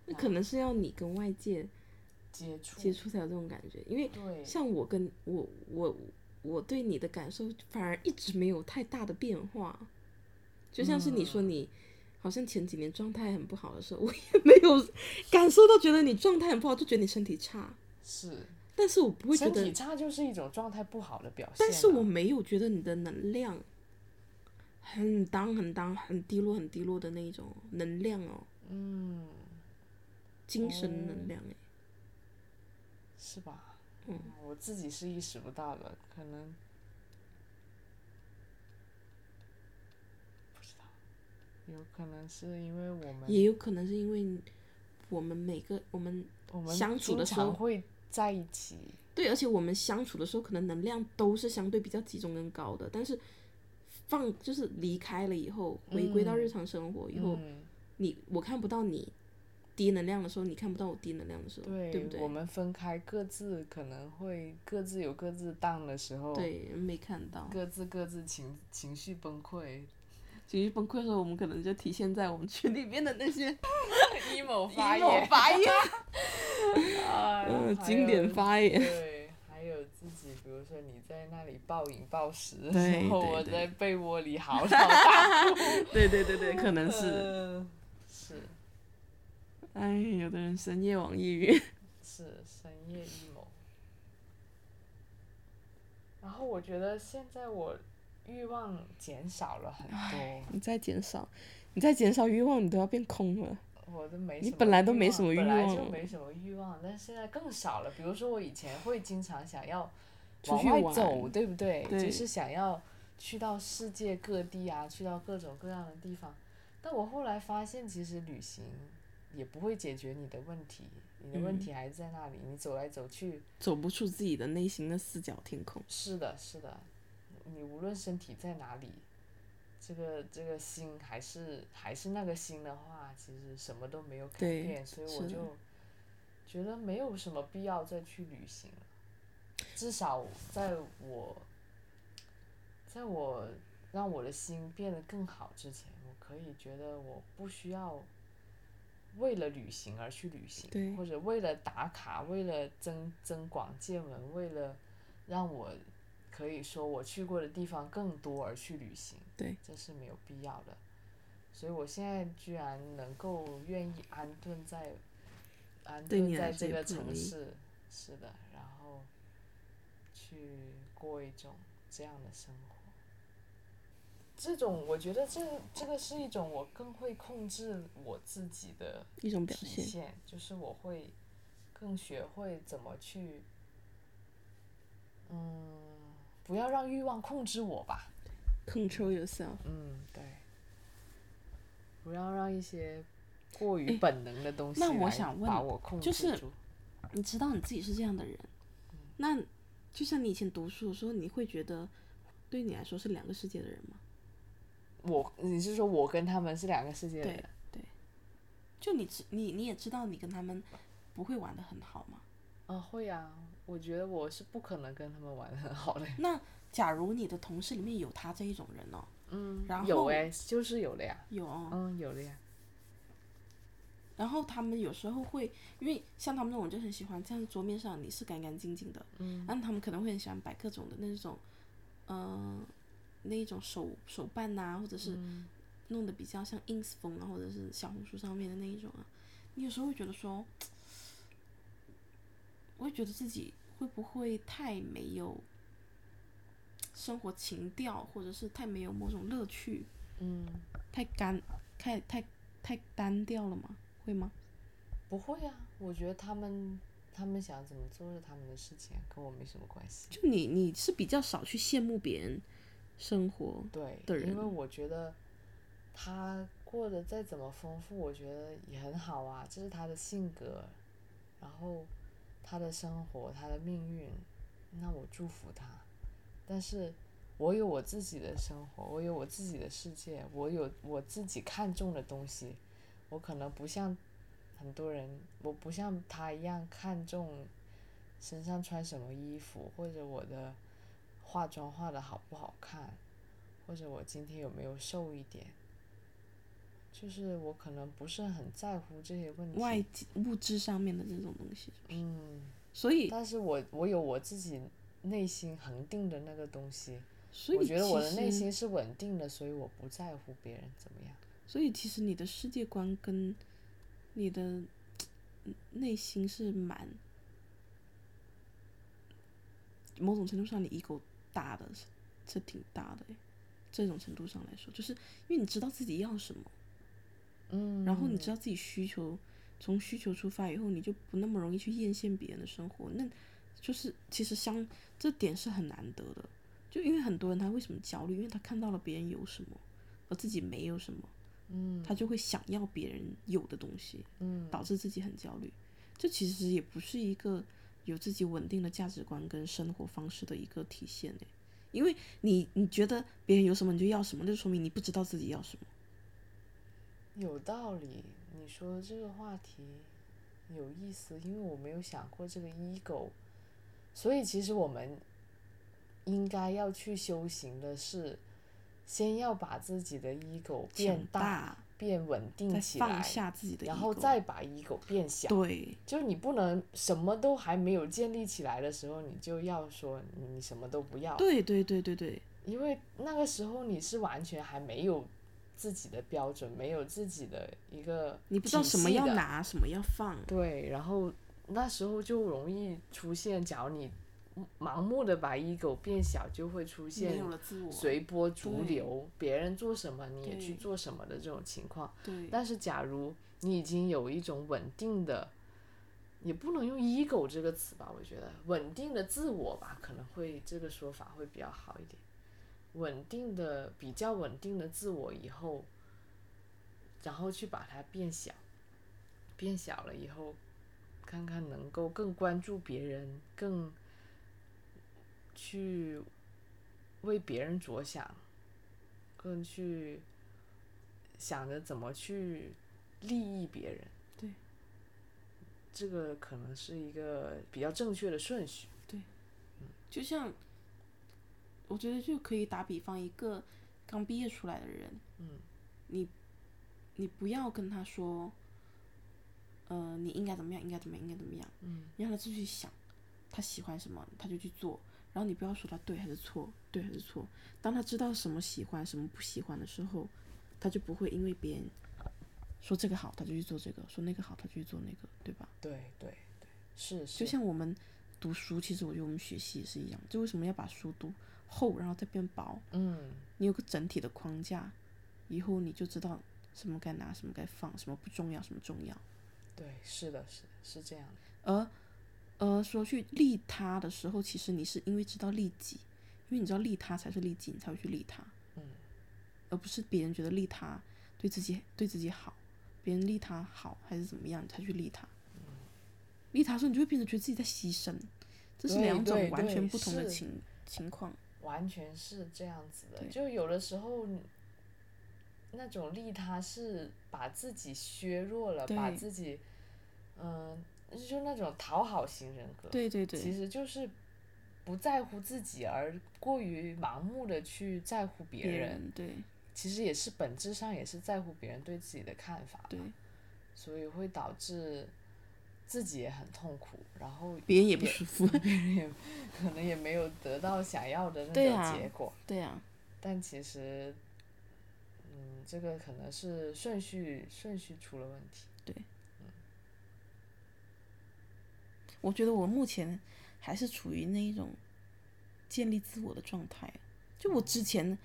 Speaker 2: 那可能是要你跟外界
Speaker 1: 接触，
Speaker 2: 接触才有这种感觉，因为
Speaker 1: 对，
Speaker 2: 像我跟我我我对你的感受反而一直没有太大的变化，就像是你说
Speaker 1: 嗯
Speaker 2: 你、好像前几年状态很不好的时候，我 *laughs* 也没有感受到觉得你状态很不好，就觉得你身体差，
Speaker 1: 是
Speaker 2: 但是我不会觉
Speaker 1: 身
Speaker 2: 得
Speaker 1: 体差就是一种状态不好的表现啊。
Speaker 2: 但是我没有觉得你的能量很当很当很低落很低落的那一种能量哦，嗯，精神
Speaker 1: 哦
Speaker 2: 能量哎，
Speaker 1: 是吧？嗯，我自己是意识不到的，可能不知道，有可能是因为我们
Speaker 2: 也有可能是因为我们每个我们
Speaker 1: 我们
Speaker 2: 相处的
Speaker 1: 经
Speaker 2: 时候
Speaker 1: 常会在一起，
Speaker 2: 对，而且我们相处的时候，可能能量都是相对比较集中跟高的，但是放就是离开了以后，回归到日常生活以后，
Speaker 1: 嗯，
Speaker 2: 你我看不到你低能量的时候，你看不到我低能量的时候，
Speaker 1: 对，
Speaker 2: 不对
Speaker 1: 我？们分开各自可能会各自有各自荡的时候，
Speaker 2: 对，没看到。
Speaker 1: 各自各自情情绪崩
Speaker 2: *laughs*
Speaker 1: 溃
Speaker 2: 情绪崩溃的时候，我们可能就体现在我们群里面的那些
Speaker 1: ，emo 发
Speaker 2: 发言
Speaker 1: 言，
Speaker 2: 发言，
Speaker 1: 啊
Speaker 2: 嗯，
Speaker 1: 还
Speaker 2: 经典
Speaker 1: 有
Speaker 2: 发言。
Speaker 1: 对，还有自己，比如说你在那里暴饮暴食的 *laughs*
Speaker 2: 对
Speaker 1: 时候，
Speaker 2: 对
Speaker 1: 我
Speaker 2: 对
Speaker 1: 在被窝
Speaker 2: *laughs*
Speaker 1: 里嚎啕大
Speaker 2: *laughs* 对对对对，可能
Speaker 1: 哭。 *laughs*
Speaker 2: 是。
Speaker 1: 嗯是
Speaker 2: 哎，有的人深夜网易云，
Speaker 1: 是深夜 emo。然后我觉得现在我欲望减少了很多，
Speaker 2: 你再减少，你再减少欲望，你都要变空了。
Speaker 1: 我都没
Speaker 2: 你
Speaker 1: 什么
Speaker 2: 本来都没什么欲
Speaker 1: 本来
Speaker 2: 望
Speaker 1: 就
Speaker 2: 了
Speaker 1: 没什么欲望，但是现在更少了。比如说我以前会经常想要
Speaker 2: 出
Speaker 1: 往
Speaker 2: 去
Speaker 1: 外
Speaker 2: 玩
Speaker 1: 走，对不对？
Speaker 2: 对
Speaker 1: 就是想要去到世界各地啊，去到各种各样的地方。但我后来发现，其实旅行也不会解决你的问题，你的问
Speaker 2: 嗯
Speaker 1: 题还在那里，你走来走去。
Speaker 2: 走不出自己的内心的四角天空。
Speaker 1: 是的，是的，你无论身体在哪里，这个这个心还是还是那个心的话，其实什么都没有改
Speaker 2: 对
Speaker 1: 变，所以
Speaker 2: 是
Speaker 1: 我
Speaker 2: 的
Speaker 1: 就觉得没有什么必要再去旅行了。至少在我，在我让我的心变得更好之前，我可以觉得我不需要为了旅行而去旅行，
Speaker 2: 对
Speaker 1: 或者为了打卡，为了增增广见闻，为了让我可以说我去过的地方更多而去旅行，
Speaker 2: 对，
Speaker 1: 这是没有必要的。所以我现在居然能够愿意安顿在安
Speaker 2: 对
Speaker 1: 顿
Speaker 2: 你来
Speaker 1: 在
Speaker 2: 说
Speaker 1: 这
Speaker 2: 也
Speaker 1: 个
Speaker 2: 不容
Speaker 1: 城
Speaker 2: 易
Speaker 1: 市，是的，然后去过一种这样的生活。这种我觉得这这个是一种我更会控制我自己的
Speaker 2: 一种表
Speaker 1: 体
Speaker 2: 现，
Speaker 1: 现，就是我会更学会怎么去，嗯，不要让欲望控制我吧。
Speaker 2: control yourself。
Speaker 1: 嗯，对，不要让一些过于本能的东西
Speaker 2: 哎那我
Speaker 1: 来
Speaker 2: 想问
Speaker 1: 把我控制
Speaker 2: 就
Speaker 1: 住。
Speaker 2: 是你知道你自己是这样的人，那就像你以前读书的时候，你会觉得对你来说是两个世界的人吗？
Speaker 1: 我，你是说我跟他们是两个世界的人？
Speaker 2: 就你知你你也知道你跟他们不会玩的很好嘛。
Speaker 1: 啊，会啊，我觉得我是不可能跟他们玩的很好的。
Speaker 2: 那假如你的同事里面有他这一种人哦，
Speaker 1: 嗯
Speaker 2: 然后
Speaker 1: 有哎、就是有的呀。
Speaker 2: 有哦，
Speaker 1: 嗯，有的呀。
Speaker 2: 然后他们有时候会，因为像他们那种就很喜欢，像桌面上你是干干净净的，嗯，但他们可能会很喜欢摆各种的那种，嗯、那一种手手办呐、或者是弄得比较像 ins 风啊，或者是小红书上面的那一种啊，你有时候会觉得说，我会觉得自己会不会太没有生活情调，或者是太没有某种乐趣，
Speaker 1: 嗯，
Speaker 2: 太干，太太太单调了吗？会吗？
Speaker 1: 不会啊，我觉得他们他们想怎么做是他们的事情啊，跟我没什么关系。
Speaker 2: 就你你是比较少去羡慕别人生活，
Speaker 1: 对，
Speaker 2: 的
Speaker 1: 因为
Speaker 2: 人
Speaker 1: 我觉得他过得再怎么丰富，我觉得也很好啊，这是他的性格，然后他的生活，他的命运，那我祝福他。但是我有我自己的生活，我有我自己的世界，我有我自己看重的东西，我可能不像很多人，我不像他一样看重身上穿什么衣服，或者我的化妆化的好不好看。或者我今天有没有瘦一点，就是我可能不是很在乎这些问题。
Speaker 2: 外界物质上面的这种东西，
Speaker 1: 嗯，
Speaker 2: 所以
Speaker 1: 但是我我有我自己内心恒定的那个东西，
Speaker 2: 所以
Speaker 1: 我觉得我
Speaker 2: 其
Speaker 1: 的
Speaker 2: 实
Speaker 1: 内心是稳定的，所以我不在乎别人怎么样。
Speaker 2: 所以其实你的世界观跟你的嗯内心是蛮某种程度上你 ego 大的，是是挺大的诶。这种程度上来说，就是因为你知道自己要什么，
Speaker 1: 嗯，
Speaker 2: 然后你知道自己需求，从需求出发以后，你就不那么容易去艳羡别人的生活。那就是其实相这点是很难得的，就因为很多人他为什么焦虑，因为他看到了别人有什么，而自己没有什么。
Speaker 1: 嗯
Speaker 2: 他就会想要别人有的东西，
Speaker 1: 嗯
Speaker 2: 导致自己很焦虑。这其实也不是一个有自己稳定的价值观跟生活方式的一个体现诶，因为你你觉得别人有什么你就要什么，那就说明你不知道自己要什么。
Speaker 1: 有道理。你说这个话题有意思，因为我没有想过这个 ego，所以其实我们应该要去修行的是，先要把自己的 ego 变
Speaker 2: 强大，
Speaker 1: 变稳定
Speaker 2: 再
Speaker 1: 起
Speaker 2: 放
Speaker 1: 来，
Speaker 2: 下自己的 ego，
Speaker 1: 然后再把 ego 变小。
Speaker 2: 对
Speaker 1: 就你不能什么都还没有建立起来的时候，你就要说你什么都不要，
Speaker 2: 对对对对对，
Speaker 1: 因为那个时候你是完全还没有自己的标准，没有自己的一个
Speaker 2: 你不知道
Speaker 1: 体
Speaker 2: 什么
Speaker 1: 系
Speaker 2: 要
Speaker 1: 的
Speaker 2: 拿，什么要放，
Speaker 1: 对，然后那时候就容易出现，假如你盲目的把 ego 变小，就会出
Speaker 2: 没
Speaker 1: 现
Speaker 2: 有了自我，
Speaker 1: 随波逐
Speaker 2: 对
Speaker 1: 流，别人做什么你也去
Speaker 2: 对
Speaker 1: 做什么的这种情况。
Speaker 2: 对
Speaker 1: 但是，假如你已经有一种稳定的，也不能用 ego 这个词吧，我觉得稳定的自我吧，可能会这个说法会比较好一点。稳定的、比较稳定的自我以后，然后去把它变小，变小了以后，看看能够更关注别人，更去为别人着想，更去想着怎么去利益别人。
Speaker 2: 对，
Speaker 1: 这个可能是一个比较正确的顺序。
Speaker 2: 就像，我觉得就可以打比方，一个刚毕业出来的人，
Speaker 1: 嗯，
Speaker 2: 你你不要跟他说，呃，你应该怎么样，应该怎么样，应该怎么样，
Speaker 1: 嗯，
Speaker 2: 你让他自己去想，他喜欢什么，他就去做，然后你不要说他对还是错，对还是错，当他知道什么喜欢，什么不喜欢的时候，他就不会因为别人说这个好，他就去做这个，说那个好，他就去做那个，对吧？
Speaker 1: 对对对，是是，
Speaker 2: 就像我们读书，其实我觉得我们学习也是一样，就为什么要把书读厚，然后再变薄？
Speaker 1: 嗯
Speaker 2: 你有个整体的框架，以后你就知道什么该拿，什么该放，什么不重要，什么重要。
Speaker 1: 对，是的，是的是这样的。
Speaker 2: 而而说去利他的时候，其实你是因为知道利己，因为你知道利他才是利己，你才会去利他，
Speaker 1: 嗯，
Speaker 2: 而不是别人觉得利他对自己对自己好，别人利他好还是怎么样，你才去利他。利他的时候，你就会变得觉得自己在牺牲，这是
Speaker 1: 对
Speaker 2: 两
Speaker 1: 对
Speaker 2: 种完
Speaker 1: 对
Speaker 2: 全不同的
Speaker 1: 是
Speaker 2: 情情况。
Speaker 1: 完全是这样子的。
Speaker 2: 对
Speaker 1: 就有的时候，那种利他是把自己削弱了，
Speaker 2: 对
Speaker 1: 把自己，嗯、就那种讨好型人格，
Speaker 2: 对对对，
Speaker 1: 其实就是不在乎自己，而过于盲目的去在乎别人，
Speaker 2: 对
Speaker 1: 其实也是本质上也是在乎别人对自己的看法，
Speaker 2: 对，
Speaker 1: 所以会导致自己也很痛苦，然后
Speaker 2: 别人也不舒服。
Speaker 1: 别人也 *laughs* 可能也没有得到想要的那
Speaker 2: 对啊
Speaker 1: 种结果。
Speaker 2: 对啊，
Speaker 1: 但其实，嗯，这个可能是顺序顺序出了问题。
Speaker 2: 我觉得我目前还是处于那一种建立自我的状态，就我之前，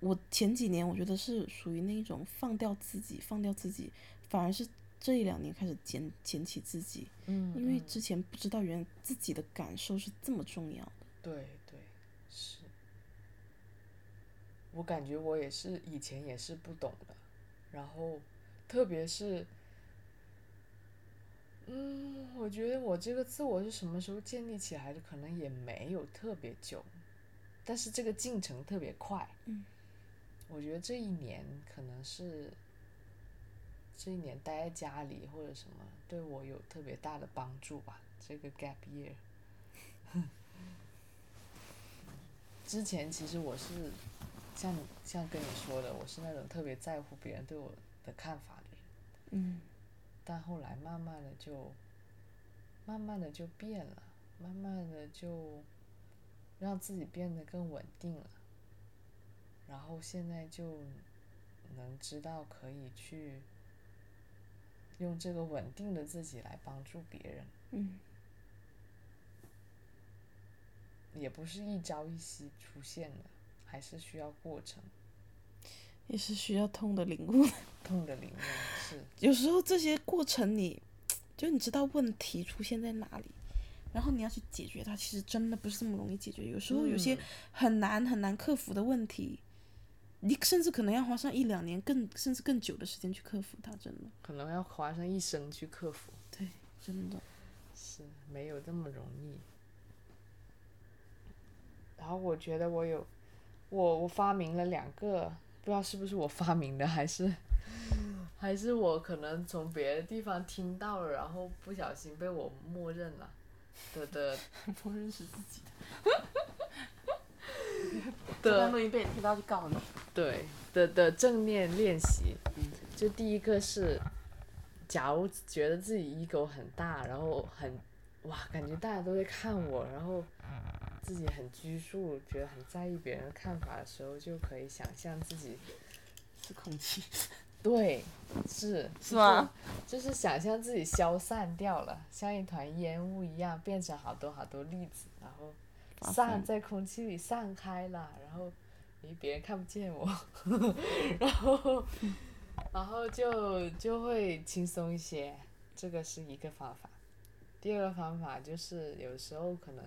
Speaker 2: 我前几年我觉得是属于那一种放掉自己，放掉自己，反而是这一两年开始捡捡起自己，
Speaker 1: 嗯
Speaker 2: 因为之前不知道原来自己的感受是这么重要的。
Speaker 1: 对对是，我感觉我也是以前也是不懂的，然后特别是，嗯，我觉得我这个自我是什么时候建立起来的，可能也没有特别久，但是这个进程特别快。
Speaker 2: 嗯，
Speaker 1: 我觉得这一年可能是。这一年待在家里或者什么，对我有特别大的帮助吧。这个 gap year，之前其实我是像像跟你说的，我是那种特别在乎别人对我的看法的人，
Speaker 2: 嗯
Speaker 1: 但后来慢慢的就，慢慢的就变了，慢慢的就让自己变得更稳定了，然后现在就能知道可以去用这个稳定的自己来帮助别人。
Speaker 2: 嗯
Speaker 1: 也不是一朝一夕出现的，还是需要过程。
Speaker 2: 也是需要痛的领悟的。
Speaker 1: 痛的领悟是，
Speaker 2: 有时候这些过程你，就你知道问题出现在哪里，然后你要去解决它，其实真的不是这么容易解决。有时候有些很难很难克服的问题，你甚至可能要花上一两年更甚至更久的时间去克服它，真的，
Speaker 1: 可能要花上一生去克服，
Speaker 2: 对，真的，
Speaker 1: 是没有这么容易。然后我觉得我有，我我发明了两个，不知道是不是我发明的，还是 *laughs* 还是我可能从别的地方听到了，然后不小心被我默认了的的
Speaker 2: *laughs* 不认识自己的， *laughs*
Speaker 1: 的
Speaker 2: 录音被人听到就告你。
Speaker 1: 对的的正念练习
Speaker 2: 嗯，
Speaker 1: 就第一个是，假如觉得自己 ego 很大，然后很哇，感觉大家都在看我，然后自己很拘束，觉得很在意别人的看法的时候，就可以想象自己
Speaker 2: 是空气，
Speaker 1: 对是
Speaker 2: 是吗？
Speaker 1: 就是就是想象自己消散掉了，像一团烟雾一样，变成好多好多粒子，然
Speaker 2: 发
Speaker 1: 后散
Speaker 2: 散
Speaker 1: 在空气里散开了，然后咦，别人看不见我， *laughs* 然后然后就就会轻松一些，这个是一个方法。第二个方法就是有时候可能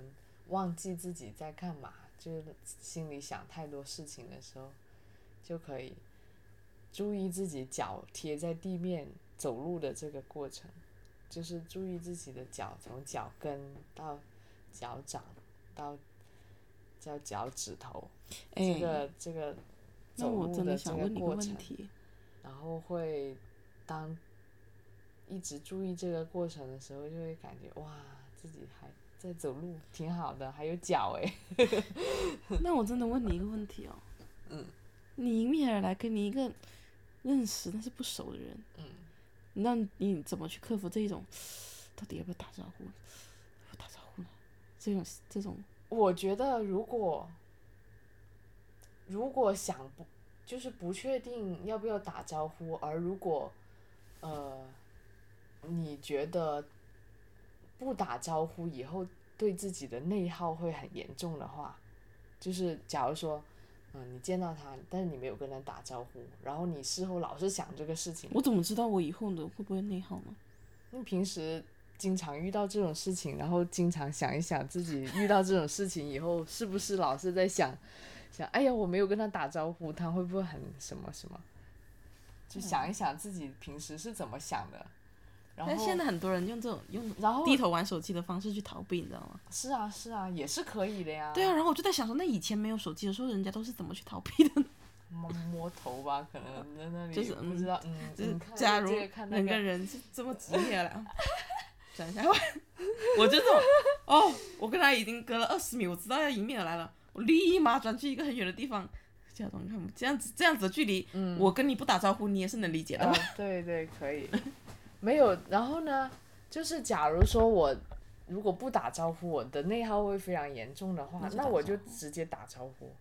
Speaker 1: 忘记自己在干嘛，就是心里想太多事情的时候，就可以注意自己脚贴在地面走路的这个过程，就是注意自己的脚从脚跟到脚掌到叫脚趾头，
Speaker 2: 哎，
Speaker 1: 这个这个
Speaker 2: 那
Speaker 1: 走
Speaker 2: 我
Speaker 1: 路
Speaker 2: 真的
Speaker 1: 的这
Speaker 2: 想问你个
Speaker 1: 过
Speaker 2: 问
Speaker 1: 程，
Speaker 2: 题，
Speaker 1: 然后会当一直注意这个过程的时候，就会感觉哇，自己还在走路，挺好的，还有脚哎，
Speaker 2: 那我真的问你一个问题哦，
Speaker 1: 嗯，
Speaker 2: 你迎面而来跟你一个认识但是不熟的人，
Speaker 1: 嗯，
Speaker 2: 那你怎么去克服这一种，到底要不要打招呼？要不要打招呼呢？这种这种，
Speaker 1: 我觉得如果如果想不就是不确定要不要打招呼，而如果呃你觉得不打招呼以后对自己的内耗会很严重的话，就是假如说。嗯，你见到他，但是你没有跟他打招呼，然后你事后老是想这个事情，
Speaker 2: 我怎么知道我以后呢会不会内耗呢？
Speaker 1: 那平时经常遇到这种事情，然后经常想一想自己遇到这种事情以后，是不是老是在想，想哎呀，我没有跟他打招呼，他会不会很什么什么？就想一想自己平时是怎么想的，然
Speaker 2: 但
Speaker 1: 后
Speaker 2: 现在很多人用这种用
Speaker 1: 然后
Speaker 2: 低头玩手机的方式去逃避，你知道吗？
Speaker 1: 是啊是啊，也是可以的呀。
Speaker 2: 对啊，然后我就在想说，那以前没有手机的时候，人家都是怎么去逃避的呢？
Speaker 1: 摸摸头吧，可能在那里
Speaker 2: 就是
Speaker 1: 不知道，嗯，
Speaker 2: 就是
Speaker 1: 嗯看
Speaker 2: 假如
Speaker 1: 这个看那
Speaker 2: 两个
Speaker 1: 个，
Speaker 2: 人是这么职业
Speaker 1: *laughs*
Speaker 2: 了，转一下弯，我就这种哦，我跟他已经隔了二十米，我知道要迎面而来了，我立马转去一个很远的地方，假装看不这样子这样子的距离，
Speaker 1: 嗯，
Speaker 2: 我跟你不打招呼，你也是能理解的 *laughs*
Speaker 1: 啊，。对对，可以。没有，然后呢，就是假如说我如果不打招呼，我的内耗会非常严重的话
Speaker 2: 那，就
Speaker 1: 那
Speaker 2: 打
Speaker 1: 我
Speaker 2: 招
Speaker 1: 就
Speaker 2: 呼
Speaker 1: 直接打招呼，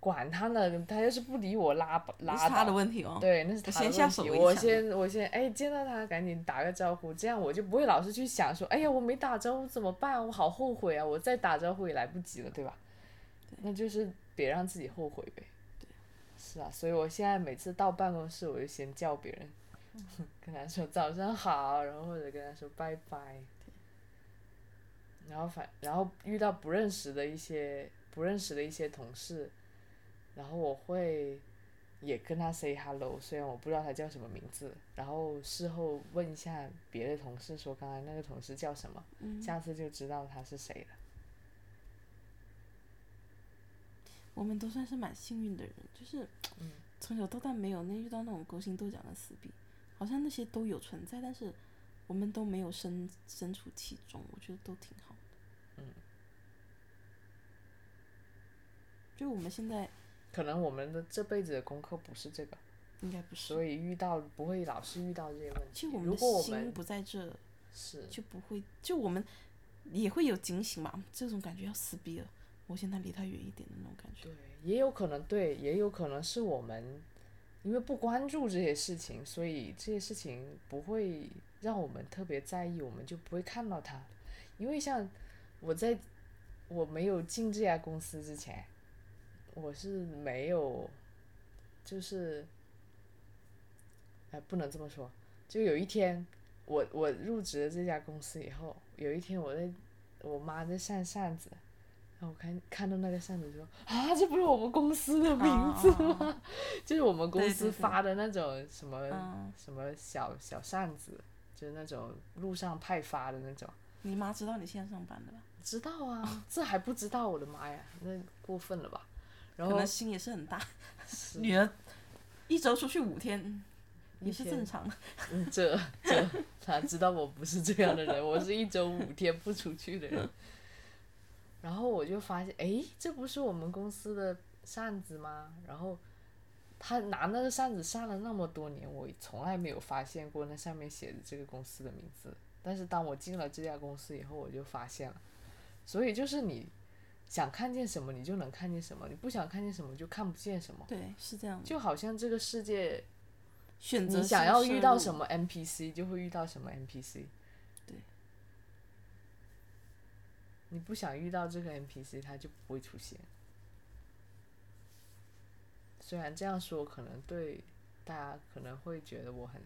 Speaker 1: 管他呢，他要是不理我拉吧
Speaker 2: 那
Speaker 1: 拉
Speaker 2: 是他的
Speaker 1: 倒。
Speaker 2: 问题哦。
Speaker 1: 对，那是
Speaker 2: 他
Speaker 1: 他的
Speaker 2: 先下
Speaker 1: 问
Speaker 2: 手
Speaker 1: 题。
Speaker 2: 为
Speaker 1: 我
Speaker 2: 强
Speaker 1: 先，我先，哎，见到他赶紧打个招呼，这样我就不会老是去想说，哎呀，我没打招呼怎么办？我好后悔啊！我再打招呼也来不及了，对吧？那就是别让自己后悔呗。是啊，所以我现在每次到办公室，我就先叫别人，
Speaker 2: 嗯
Speaker 1: *laughs* 跟他说早上好，然后或者跟他说拜拜。然后反，然后遇到不认识的一些不认识的一些同事，然后我会也跟他 say hello，虽然我不知道他叫什么名字，然后事后问一下别的同事说刚才那个同事叫什么，
Speaker 2: 嗯
Speaker 1: 下次就知道他是谁了。
Speaker 2: 我们都算是蛮幸运的人，就是
Speaker 1: 嗯
Speaker 2: 从小到大没有那遇到那种勾心斗角的撕逼，好像那些都有存在，但是我们都没有身身处其中，我觉得都挺好的。嗯，就我们现在
Speaker 1: 可能我们的这辈子的功课不是这个，
Speaker 2: 应该不是，
Speaker 1: 所以遇到不会老是遇到这些问
Speaker 2: 其
Speaker 1: 题
Speaker 2: 实我。们
Speaker 1: 如
Speaker 2: 的
Speaker 1: 果我
Speaker 2: 心
Speaker 1: 们
Speaker 2: 不在这，
Speaker 1: 是
Speaker 2: 就不会，就我们也会有警醒嘛，这种感觉要撕逼了，我现在离他远一点的那种感觉。
Speaker 1: 对，也有可能对，也有可能是我们因为不关注这些事情，所以这些事情不会让我们特别在意，我们就不会看到它。因为像我在我没有进这家公司之前，我是没有，就是，哎，不能这么说。就有一天，我我入职了这家公司以后，有一天我在我妈在扇扇子，然后我看看到那个扇子就说啊，这不是我们公司的名字吗？
Speaker 2: 啊
Speaker 1: 就是我们公
Speaker 2: 对对
Speaker 1: 司
Speaker 2: 对
Speaker 1: 发的那种什么
Speaker 2: 嗯，
Speaker 1: 什么小小扇子，就是那种路上派发的
Speaker 2: *laughs*
Speaker 1: 那种。
Speaker 2: 你妈知道你现在上班的吧？
Speaker 1: 知道啊，这还不知道，我的妈呀，那过分了吧？然
Speaker 2: 可
Speaker 1: 后
Speaker 2: 能心也是很大。
Speaker 1: 是
Speaker 2: 女儿一周出去五天
Speaker 1: 一
Speaker 2: 也是
Speaker 1: 天
Speaker 2: 正常的。
Speaker 1: 嗯 *laughs* 这这，他知道我不是这样的人，我是一周五天不出去的人。然后我就发现，诶，这不是我们公司的扇子吗？然后他拿那个扇子扇了那么多年，我从来没有发现过那上面写的这个公司的名字。但是当我进了这家公司以后，我就发现了。所以就是你想看见什么，你就能看见什么；你不想看见什么，就看不见什么。
Speaker 2: 对，是这样的。
Speaker 1: 就好像这个世界
Speaker 2: 选择
Speaker 1: 你想要遇到什么
Speaker 2: 么？
Speaker 1: NPC 就会遇到什么 NPC。
Speaker 2: 对。
Speaker 1: 你不想遇到这个 NPC，它就不会出现。虽然这样说可能对大家可能会觉得我很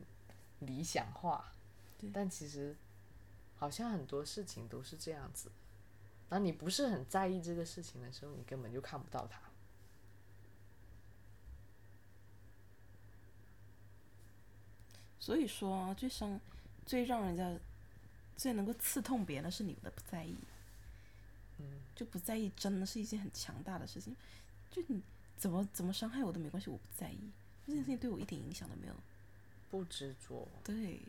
Speaker 1: 理想化
Speaker 2: 对，
Speaker 1: 但其实好像很多事情都是这样子。当你不是很在意这个事情的时候，你根本就看不到它。
Speaker 2: 所以说啊，最伤、最让人家、最能够刺痛别人的是你们的不在意。嗯，就不在意真的是一件很强大的事情。就你怎么怎么伤害我都没关系，我不在意，这件事情对我一点影响都没有。
Speaker 1: 不执着，
Speaker 2: 对，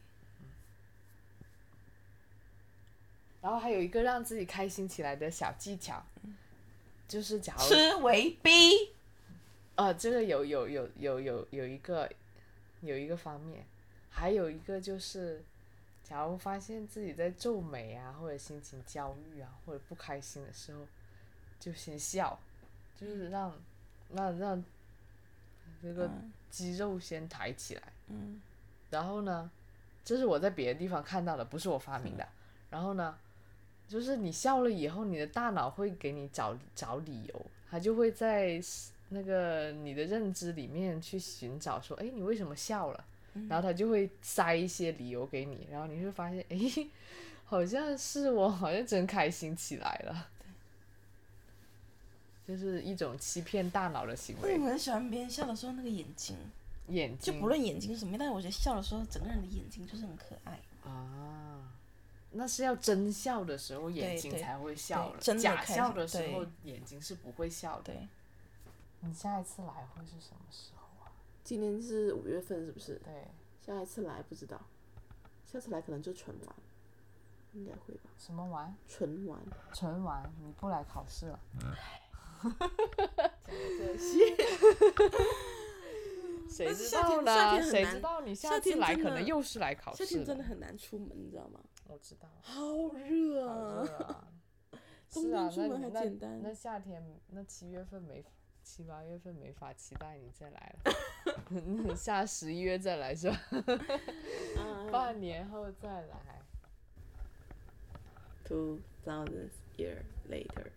Speaker 1: 然后还有一个让自己开心起来的小技巧，就是假如
Speaker 2: 吃为逼。
Speaker 1: 啊，这个有有有有有有一个有一个方面，还有一个就是，假如发现自己在皱眉啊，或者心情焦虑啊，或者不开心的时候，就先笑，就是让让让这个
Speaker 2: 嗯
Speaker 1: 肌肉先抬起来。
Speaker 2: 嗯，
Speaker 1: 然后呢，这是我在别的地方看到的，不是我发明的。然后呢，就是你笑了以后，你的大脑会给你找找理由，它就会在那个你的认知里面去寻找说，哎，你为什么笑了？然后它就会塞一些理由给你，然后你会发现，哎，好像是我好像真开心起来了。就是一种欺骗大脑的行
Speaker 2: 我
Speaker 1: 为，
Speaker 2: 很喜欢别人笑的时候那个眼睛，
Speaker 1: 眼
Speaker 2: 就
Speaker 1: 睛
Speaker 2: 不论眼睛是什么，但是我觉得笑的时候整个人的眼睛就是很可爱。
Speaker 1: 啊，那是要真笑的时候眼
Speaker 2: 对
Speaker 1: 睛
Speaker 2: 对
Speaker 1: 才会笑了，
Speaker 2: 真的
Speaker 1: 假
Speaker 2: 开
Speaker 1: 笑
Speaker 2: 心
Speaker 1: 的时
Speaker 2: 对
Speaker 1: 候眼睛是不会笑的。
Speaker 2: 对。
Speaker 1: 你下一次来会是什么时候啊？
Speaker 3: 今天是五月份，是不是？
Speaker 1: 对，
Speaker 3: 下一次来不知道，下次来可能就纯玩，应该会吧？
Speaker 1: 什么玩？
Speaker 3: 纯玩，
Speaker 1: 纯玩，你不来考试了？哎谁 *laughs*
Speaker 3: 但是
Speaker 1: 知
Speaker 3: 夏天
Speaker 1: 道
Speaker 3: 夏
Speaker 1: 呢？
Speaker 3: 天很
Speaker 1: 谁
Speaker 3: 难
Speaker 1: 知道你
Speaker 3: 夏
Speaker 1: 下次
Speaker 3: 天
Speaker 1: 来
Speaker 3: 真
Speaker 1: 可
Speaker 3: 的
Speaker 1: 能又是来考试
Speaker 3: 夏天
Speaker 1: 了？
Speaker 3: 真的很难出门，你知道吗？
Speaker 1: 我知道，
Speaker 3: 好热
Speaker 1: 好
Speaker 3: 啊！
Speaker 1: 热 *laughs* 啊！
Speaker 3: 冬
Speaker 1: 是啊
Speaker 3: 天，出门
Speaker 1: 那你
Speaker 3: 还
Speaker 1: 那
Speaker 3: 简
Speaker 2: 嗯
Speaker 3: 单
Speaker 1: 那夏天那七月份没七八月份没法期待你再来 *laughs* 了，下十一月再来是吧？
Speaker 2: 嗯
Speaker 3: 啊
Speaker 1: 半年后再来。
Speaker 3: Two thousand year later，